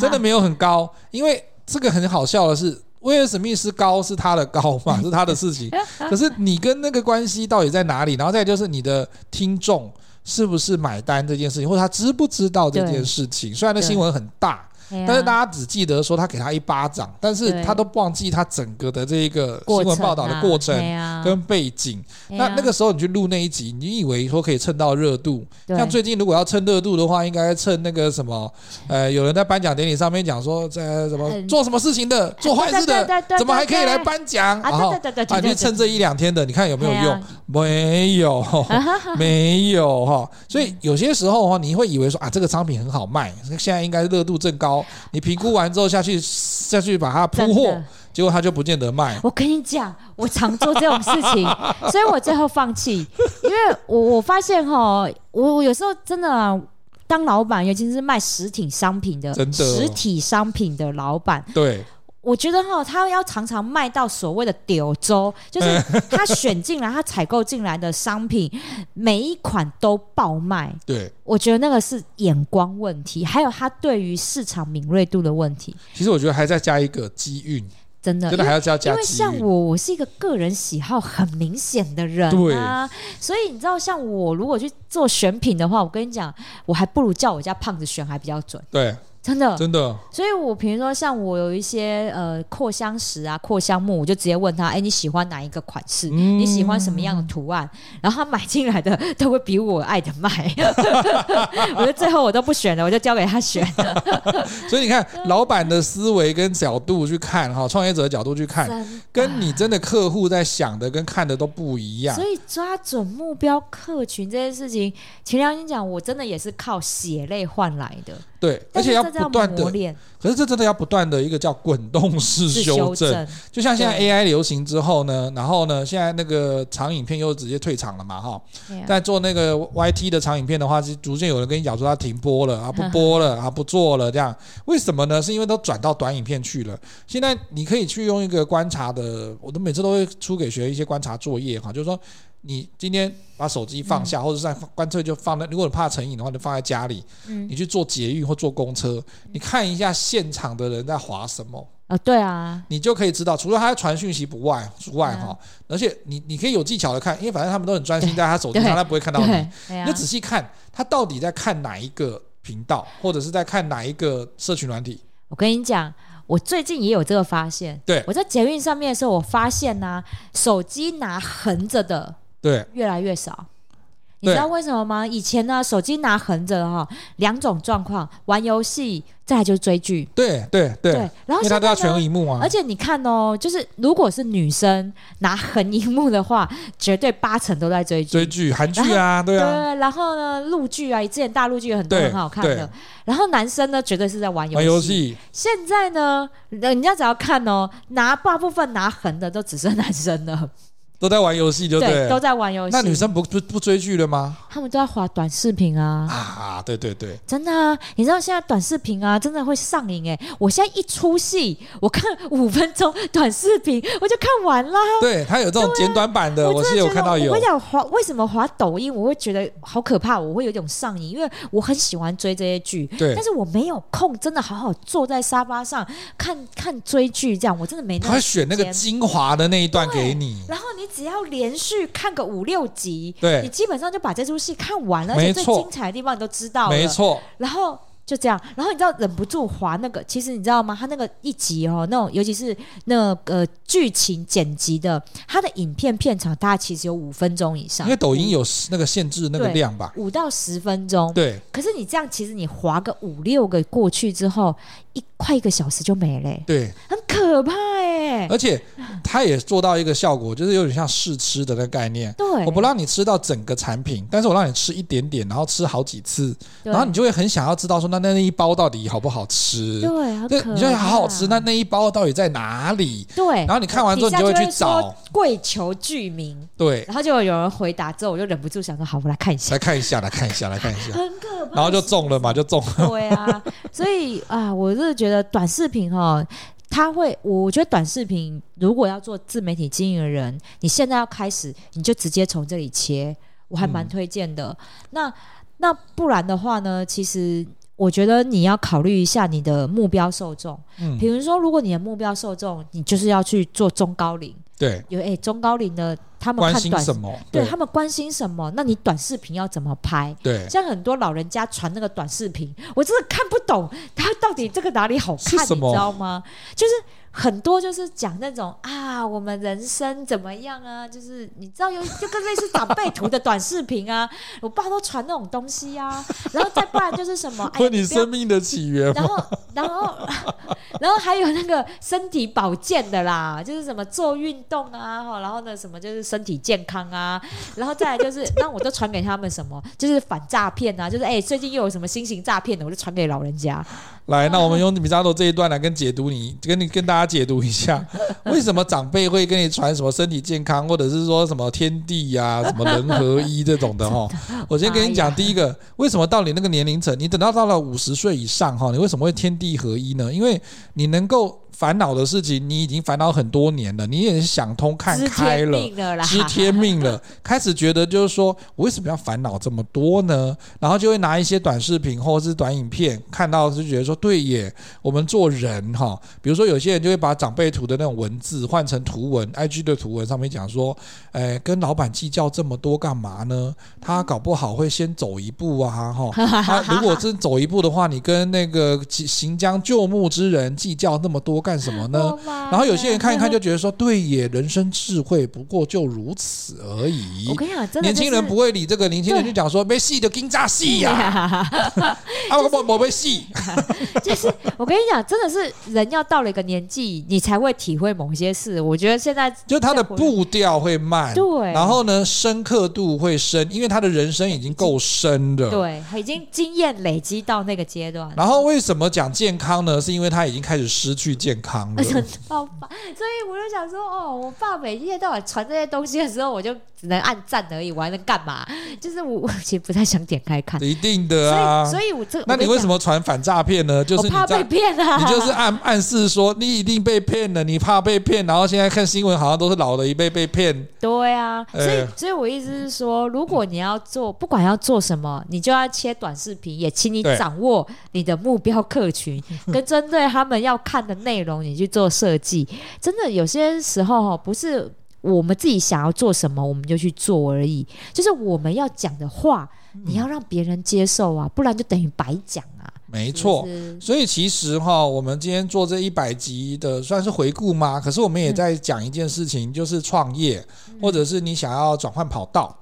Speaker 2: 真的没有很高，因为这个很好笑的是。威尔史密斯高是他的高嘛，是他的事情。可是你跟那个关系到底在哪里？然后再就是你的听众是不是买单这件事情，或者他知不知道这件事情？虽然那新闻很大，
Speaker 3: 嘿啊
Speaker 2: 但是大家只记得说他给他一巴掌，但是
Speaker 3: 对
Speaker 2: 他都忘记他整个的这一个新
Speaker 3: 过
Speaker 2: 闻
Speaker 3: 程
Speaker 2: 报道的过程
Speaker 3: 啊嘿啊
Speaker 2: 跟背景。
Speaker 3: 嘿
Speaker 2: 那
Speaker 3: 啊
Speaker 2: 那个时候你去录那一集，你以为说可以蹭到热度，
Speaker 3: 对
Speaker 2: 像最近如果要蹭热度的话，应该蹭那个什么，呃，有人在颁奖典礼上面讲说，在、什么
Speaker 3: 嗯
Speaker 2: 做什么事情 的，做坏事
Speaker 3: 对对对
Speaker 2: 的，
Speaker 3: 对
Speaker 2: 怎么还可以来颁奖？然
Speaker 3: 啊，
Speaker 2: 后
Speaker 3: 对对对对
Speaker 2: 啊，你
Speaker 3: 对对，
Speaker 2: 就蹭这一两天的，你看有没有
Speaker 3: 嘿啊
Speaker 2: 用？没有， 没有哈。所以有些时候哈，你会以为说啊，这个商品很好卖，现在应该热度正高高，你评估完之后下去下去把它
Speaker 3: 真
Speaker 2: 铺货
Speaker 3: 的，，
Speaker 2: 结果它就不见得 卖。
Speaker 3: 我跟你讲，我常做这种事情， 所以我最后放弃，因为我我发现哈，我我有时候真的啊、当老板，尤其是卖实体商品的，
Speaker 2: 真的哦
Speaker 3: 实体商品的老板，
Speaker 2: 对，
Speaker 3: 我觉得哈，他要常常卖到所谓的“丢周”， 就是他选进来、他采购进来的商品，每一款都爆卖。
Speaker 2: 对，
Speaker 3: 我觉得那个是眼光问题，还有他对于市场敏锐度的问题，
Speaker 2: 其实我觉得还再加一个机运，
Speaker 3: 真的。
Speaker 2: 真的还要加
Speaker 3: 因
Speaker 2: 加
Speaker 3: 为
Speaker 2: 机
Speaker 3: 像
Speaker 2: 运。
Speaker 3: 我，我是一个个人喜好很明显的人啊，所以你知道，像我如果去做选品的话，我跟你讲，我还不如叫我家胖子选还比较准，
Speaker 2: 对，
Speaker 3: 真的。
Speaker 2: 真的，
Speaker 3: 所以我比如说像我有一些呃扩香石啊、扩香木，我就直接问他，哎、你喜欢哪一个款式？
Speaker 2: 嗯
Speaker 3: 你喜欢什么样的图案？然后他买进来的都会比我爱的卖，我就最后我都不选了，我就交给他选。
Speaker 2: 所以你看，老板的思维跟角度去看哈，创业者的角度去看，跟你真的客户在想的跟看的都不一样
Speaker 3: 所。以抓准目标客群这件事情，前良心讲，我真的也是靠血泪换来的，
Speaker 2: 对，而
Speaker 3: 但是
Speaker 2: 且要
Speaker 3: 这
Speaker 2: 不断
Speaker 3: 磨
Speaker 2: 的，
Speaker 3: 练
Speaker 2: 可是这真的要不断的一个叫滚动式
Speaker 3: 是
Speaker 2: 修正。
Speaker 3: 正，
Speaker 2: 就像现在
Speaker 3: 对
Speaker 2: AI 流行之后呢，然后呢，现在那个长影片又直接退场了嘛，哈。
Speaker 3: 对啊
Speaker 2: 但做那个 YT 的长影片的话，是逐渐有人跟你讲说他停播了啊，不播 了啊，不做了这样。为什么呢？是因为都转到短影片去了。现在你可以去用一个观察的，我都每次都会出给学生一些观察作业哈，就是说你今天把手机放下，或者是在干脆就放在，如果你怕成瘾的话，你就放在家里，
Speaker 3: 嗯
Speaker 2: 你去坐捷运或坐公车，你看一下现场的人在划什么。
Speaker 3: 哦，对啊，
Speaker 2: 你就可以知道，除了他传讯息不外除外
Speaker 3: 嗯
Speaker 2: 哈，而且你你可以有技巧的看，因为反正他们都很专心在他手机
Speaker 3: 对
Speaker 2: 上，他不会看到你，
Speaker 3: 对，对
Speaker 2: 你
Speaker 3: 啊
Speaker 2: 就，仔细看他到底在看哪一个频道，或者是在看哪一个社群软体。
Speaker 3: 我跟你讲。我最近也有这个发现，
Speaker 2: 对
Speaker 3: 我在捷运上面的时候，我发现呢、手机拿横着的
Speaker 2: 对，
Speaker 3: 越来越少。你
Speaker 2: 对
Speaker 3: 知道为什么吗？以前呢，手机拿横着的哈，两种状况：玩游戏，再来就是追剧。
Speaker 2: 对对对，
Speaker 3: 对，然
Speaker 2: 因为他
Speaker 3: 后现
Speaker 2: 都
Speaker 3: 在
Speaker 2: 要
Speaker 3: 呢
Speaker 2: 全荧幕啊
Speaker 3: 而，且你看哦，就是如果是女生拿横荧幕的话，绝对八成都在追剧。
Speaker 2: 追剧、韩剧啊，对
Speaker 3: 对，
Speaker 2: 啊，
Speaker 3: 然后呢，陆剧啊，之前大陆剧有很多
Speaker 2: 对
Speaker 3: 很好看的
Speaker 2: 对。
Speaker 3: 然后男生呢，绝对是在玩游
Speaker 2: 玩
Speaker 3: 戏。
Speaker 2: 游戏，
Speaker 3: 现在呢，人家只要看哦，拿大部分拿横的都只剩男生了，
Speaker 2: 都在玩游戏，对不对
Speaker 3: 都？在玩游戏。
Speaker 2: 那女生不不不追剧了吗？
Speaker 3: 他们都在滑短视频啊，
Speaker 2: 啊，对对对，
Speaker 3: 真的啊！你知道现在短视频啊，真的会上瘾哎、我现在一出戏，我看五分钟短视频，我就看完啦。
Speaker 2: 对他有这种简短版的，我
Speaker 3: 真
Speaker 2: 是
Speaker 3: 的
Speaker 2: 有
Speaker 3: 觉得
Speaker 2: 看到有
Speaker 3: 啊我跟你，讲，滑为什么滑抖音，我会觉得好可怕，我会有一种上瘾，因为我很喜欢追这些剧，
Speaker 2: 对
Speaker 3: 但是我没有空，真的好好坐在沙发上看看追剧，这样我真的没那
Speaker 2: 他会
Speaker 3: 个
Speaker 2: 选那
Speaker 3: 时
Speaker 2: 个
Speaker 3: 间
Speaker 2: 精华的那一段给你。
Speaker 3: 然后你只要连续看个五六集，
Speaker 2: 对
Speaker 3: 你基本上就把这出戏看完了，而
Speaker 2: 没
Speaker 3: 且最
Speaker 2: 错
Speaker 3: 精彩的地方你都知道了，
Speaker 2: 没错，
Speaker 3: 然后就这样，然后你知道忍不住滑那个，其实你知道吗？他那个一集哦，那种尤其是那个呃剧情剪辑的，他的影片片长大概其实有五分钟以上，
Speaker 2: 因为抖音有那个限制那个量吧？
Speaker 3: 五到十分钟。
Speaker 2: 对，
Speaker 3: 可是你这样，其实你滑个五六个过去之后，一快一个小时就没了欸、
Speaker 2: 对，
Speaker 3: 很可怕哎、
Speaker 2: 而且它也做到一个效果，就是有点像试吃的那个概念。
Speaker 3: 对，
Speaker 2: 呃我不让你吃到整个产品，但是我让你吃一点点，然后吃好几次，
Speaker 3: 对，
Speaker 2: 然后你就会很想要知道说，那那那一包到底好不好吃？
Speaker 3: 对，很
Speaker 2: 对，
Speaker 3: 可
Speaker 2: 你就会好好
Speaker 3: 怕
Speaker 2: 吃。那那一包到底在哪里？
Speaker 3: 对，
Speaker 2: 然后你看完之后，
Speaker 3: 底
Speaker 2: 你
Speaker 3: 下
Speaker 2: 会
Speaker 3: 就
Speaker 2: 去
Speaker 3: 说
Speaker 2: 找，
Speaker 3: 跪求剧名，
Speaker 2: 对，
Speaker 3: 然后就有人回答之后，我就忍不住想说，好，我来看一下。
Speaker 2: 来看一下，来看一下，来看一下，
Speaker 3: 很可怕。
Speaker 2: 然后就中了嘛，就中了。
Speaker 3: 对啊，所以啊，我是觉得短视频哈、它会，我觉得短视频如果要做自媒体经营的人，你现在要开始，你就直接从这里切，我还蛮
Speaker 2: 嗯
Speaker 3: 推荐的。那那不然的话呢，其实我觉得你要考虑一下你的目标受众，
Speaker 2: 嗯
Speaker 3: 比，如说，如果你的目标受众，你就是要去做中高龄，
Speaker 2: 对，
Speaker 3: 有诶、中高龄的他们
Speaker 2: 关
Speaker 3: 看
Speaker 2: 心
Speaker 3: 短视
Speaker 2: 什，么？
Speaker 3: 对
Speaker 2: 对
Speaker 3: 他们关心什么，那你短视频要怎么拍？
Speaker 2: 对，
Speaker 3: 像很多老人家传那个短视频，我真的看不懂他到底这个哪里好看，
Speaker 2: 是什么
Speaker 3: 你知道吗？就是很多就是讲那种啊，我们人生怎么样啊，就是你知道有就跟类似长辈图的短视频啊，我爸都传那种东西啊，然后再不然就是什么，哎呀，
Speaker 2: 问你
Speaker 3: 不要
Speaker 2: 生命的起源
Speaker 3: 然
Speaker 2: 吗？
Speaker 3: 后，然后， 然后还有那个身体保健的啦，就是什么做运动啊，哈，然后呢什么就是身体健康啊，然后再来就是， 那我都传给他们什么，就是反诈骗啊，就是哎、最近又有什么新型诈骗的，我就传给老人家。
Speaker 2: 来，那我们用米扎罗这一段来跟解读你，跟你跟大家解读一下，为什么长辈会跟你传什么身体健康，或者是说什么天地呀、什么人合一这种的哈？我先跟你讲，第一个，为什么到你那个年龄层，你等到到了五十岁以上哈，你为什么会天地合一呢？因为你能够烦恼的事情，你已经烦恼很多年了，你也想通看
Speaker 3: 知
Speaker 2: 开
Speaker 3: 天
Speaker 2: 了。
Speaker 3: 命了啦，
Speaker 2: 知天命了，开始觉得就是说我为什么要烦恼这么多呢？然后就会拿一些短视频或者是短影片，看到就觉得说对耶，我们做人哈，比如说有些人就会把长辈图的那种文字换成图文，IG 的图文上面讲说，哎，跟老板计较这么多干嘛呢？他搞不好会先走一步啊， 哈。他如果真走一步的话，你跟那个行将就木之人计较那么多干什么呢？
Speaker 3: 我妈
Speaker 2: 然后有些人看一看
Speaker 3: 呀，
Speaker 2: 就觉得说，对也，人生智慧不过就如此而已
Speaker 3: 我。跟你讲，真的、
Speaker 2: 年轻人不。会理这个，年轻人就讲说没戏的金炸戏 呀，啊我我没戏，
Speaker 3: 就是我跟你讲，真的是人要到了一个年纪，你才会体会某些事。我觉得现在
Speaker 2: 就他的步调会慢，
Speaker 3: 对
Speaker 2: 然后呢深刻度会深，因为他的人生已经够深了。
Speaker 3: 对已经经验累积到那个阶段，
Speaker 2: 然后为什么讲健康呢？是因为他已经开始失去健康 了。
Speaker 3: 好吧，所以我就想说，哦，我爸每天到晚传这些东西的时候，我就只能按赞而已，我还能干嘛？ 就是我我其实不太想点开看，
Speaker 2: 一定的啊
Speaker 3: 所以。所以我这
Speaker 2: 那你为什
Speaker 3: 么
Speaker 2: 么传反诈骗呢？就是
Speaker 3: 我
Speaker 2: 你
Speaker 3: 怕
Speaker 2: 在
Speaker 3: 被骗 啊？
Speaker 2: 你就是暗暗示说你一定被骗了，你怕被骗，然后现在看新闻好像都是老的一辈被骗，
Speaker 3: 对啊，所以、
Speaker 2: 哎
Speaker 3: 所以我意思是说，如果你要做，不管要做什么，你就要切短视频，也请你
Speaker 2: 对
Speaker 3: 掌握你的目标 客群，跟针对他们要看的内容，你去做设计。真的有些时候哦，不是我们自己想要做什么，我们就去做而已，就是我们要讲的话，
Speaker 2: 嗯
Speaker 3: 你要让别人接受啊，不然就等于白讲啊。
Speaker 2: 没
Speaker 3: 没
Speaker 2: 错。所以其实哈，我们今天做这一百集的算是回顾吗？可是我们也在讲一件事情，就是创业，或者是你想要转换跑道，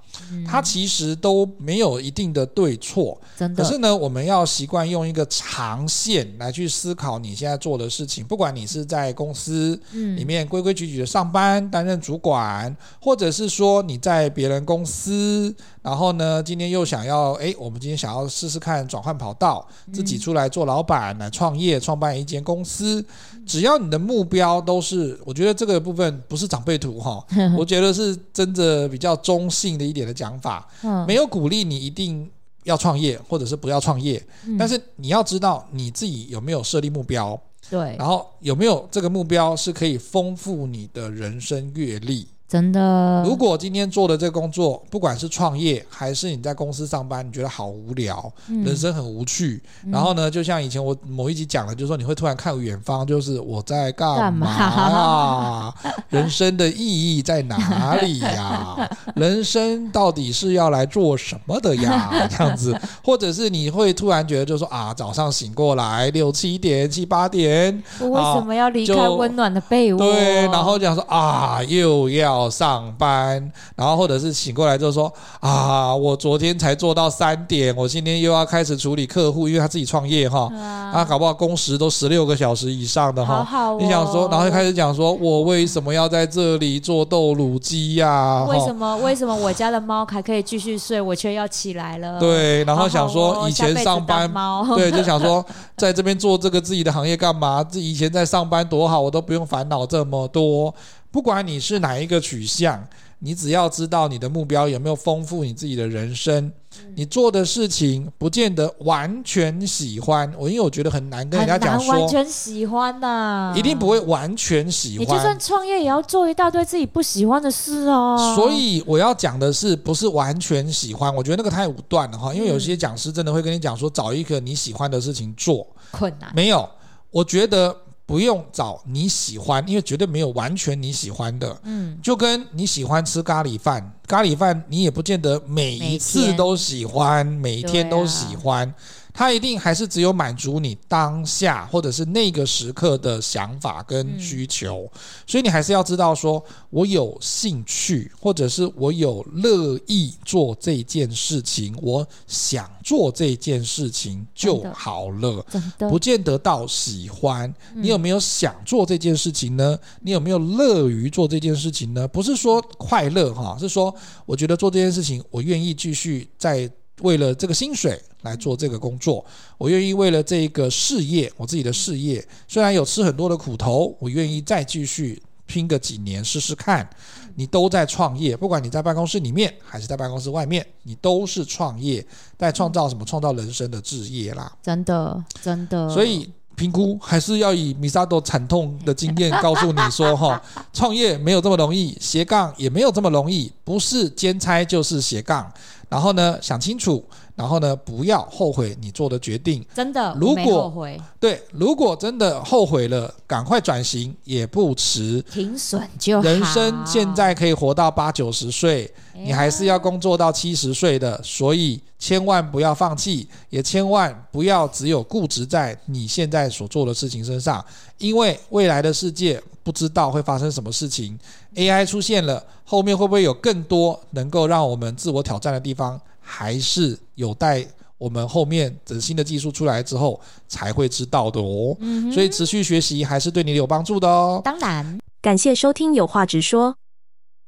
Speaker 2: 它其实都没有一定的对错。
Speaker 3: 真
Speaker 2: 可
Speaker 3: 的
Speaker 2: 是呢，我们要习惯用一个长线来去思考你现在做的事情，不管你是在公司里
Speaker 3: 嗯，
Speaker 2: 面规规矩矩的上班，担任主管，或者是说你在别人公司，然后呢，今天又想要，诶，我们今天想要试试看转换跑道，
Speaker 3: 嗯
Speaker 2: 自己出来做老板，来创业，创办一间公司。
Speaker 3: 嗯
Speaker 2: 只要你的目标都是，我觉得这个部分不是长辈图 哈，我觉得是真的比较中性的一点的讲法，
Speaker 3: 嗯
Speaker 2: 没有鼓励你一定。要创业，或者是不要创业，
Speaker 3: 嗯
Speaker 2: 但是你要知道你自己有没有设立目标，
Speaker 3: 对，
Speaker 2: 然后有没有这个目标是可以丰富你的人生阅历？
Speaker 3: 真的。
Speaker 2: 如果今天做的这个工作，不管是创业还是你在公司上班，你觉得好无聊，
Speaker 3: 嗯
Speaker 2: 人生很无趣。然后呢，就像以前我某一集讲的，就是说你会突然看远方，就是我在干嘛 啊？人生的意义在哪里 呀？人生到底是要来做什么的 呀？这样子，或者是你会突然觉得，就是说啊，早上醒过来六七点、七八点，
Speaker 3: 我为什么要离开
Speaker 2: 啊就
Speaker 3: 温暖的被窝？
Speaker 2: 对，然后讲说啊，又要上班，然后或者是醒过来就说啊，我昨天才做到三点，我今天又要开始处理客户，因为他自己创业哈，
Speaker 3: 啊
Speaker 2: 他搞不好工时都十六个小时以上的
Speaker 3: 好
Speaker 2: 哈。
Speaker 3: 好、哦，
Speaker 2: 你想说，然后就开始讲说，我为什么要在这里做豆乳鸡呀、
Speaker 3: 为什
Speaker 2: 哈，
Speaker 3: 么为什么我家的猫还可以继续睡，我却要起来了？
Speaker 2: 对，然后
Speaker 3: 好好
Speaker 2: 想说
Speaker 3: 哦
Speaker 2: 以前上班
Speaker 3: 下辈子当猫，
Speaker 2: 对，就想说在这边做这个自己的行业干嘛？自己以前在上班多好，我都不用烦恼这么多。不管你是哪一个取向，你只要知道你的目标有没有丰富你自己的人生，
Speaker 3: 嗯
Speaker 2: 你做的事情不见得完全喜欢。我因为我觉得很难跟人
Speaker 3: 很
Speaker 2: 家
Speaker 3: 难
Speaker 2: 讲
Speaker 3: 完
Speaker 2: 说，
Speaker 3: 全喜欢呐、
Speaker 2: 一定不。会完全喜
Speaker 3: 你就算
Speaker 2: 欢。
Speaker 3: 创业，也要做一大堆自己不喜欢的事哦。
Speaker 2: 所以我要讲的是，不是完全喜欢？我觉得那个太武断了哈，因为有些讲师真的会跟你讲说，找一个你喜欢的事情做。
Speaker 3: 困难，
Speaker 2: 没有，我觉得不用找你喜欢，因为绝对没有完全你喜欢的。
Speaker 3: 嗯，
Speaker 2: 就跟你喜欢吃咖喱饭，咖喱饭你也不见得每一次都喜欢，每一天都喜欢。它一定还是只有满足你当下或者是那个时刻的想法跟需求，
Speaker 3: 嗯
Speaker 2: 所以你还是要知道说，我有兴趣，或者是我有乐意做这件事情，我想做这件事情就
Speaker 3: 真的
Speaker 2: 好了。
Speaker 3: 真的
Speaker 2: 不见得到喜欢，你有
Speaker 3: 嗯
Speaker 2: 没有想做这件事情呢？你有没有乐于做这件事情呢？不是说快乐哈，是说我觉得做这件事情，我愿意继续在为了这个薪水来做这个工作，我愿意为了这个事业，我自己的事业，虽然有吃很多的苦头，我愿意再继续。拼个几年试试看，你都在创业，不管你在办公室里面还是在办公室外面，你都是创业，在创造什么？创造人生的置业啦。
Speaker 3: 真的真的，
Speaker 2: 所以评估还是要以米沙多惨痛的经验告诉你说，哈，创业没有这么容易，斜杠也没有这么容易，不是兼差就是斜杠。然后呢，想清楚，然后呢，不要后悔你做的决定。
Speaker 3: 真的
Speaker 2: 如
Speaker 3: 我没
Speaker 2: 果
Speaker 3: 后悔
Speaker 2: 对，如果真的后悔了，赶快转型也不迟。
Speaker 3: 停损就好。
Speaker 2: 人生现在可以活到八九十岁，
Speaker 3: 哎呀
Speaker 2: 你还是要工作到七十岁的，所以千万不要放弃，也千万不要只有固执在你现在所做的事情身上，因为未来的世界不知道会发生什么事情。AI 出现了，后面会不会有更多能够让我们自我挑战的地方，还是有待我们后面等新的技术出来之后才会知道的哦。
Speaker 3: 嗯哼
Speaker 2: 所以持续学习还是对你有帮助的哦。
Speaker 3: 当然
Speaker 1: 感谢收听，有话直说。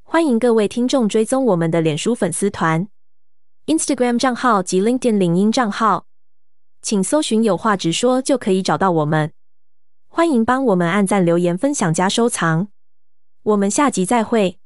Speaker 1: 欢迎各位听众追踪我们的脸书粉丝团、Instagram 账号及 LinkedIn 领英账号，请搜寻“有话直说”就可以找到我们。欢迎帮我们按赞、留言、分享加收藏。我们下集再会。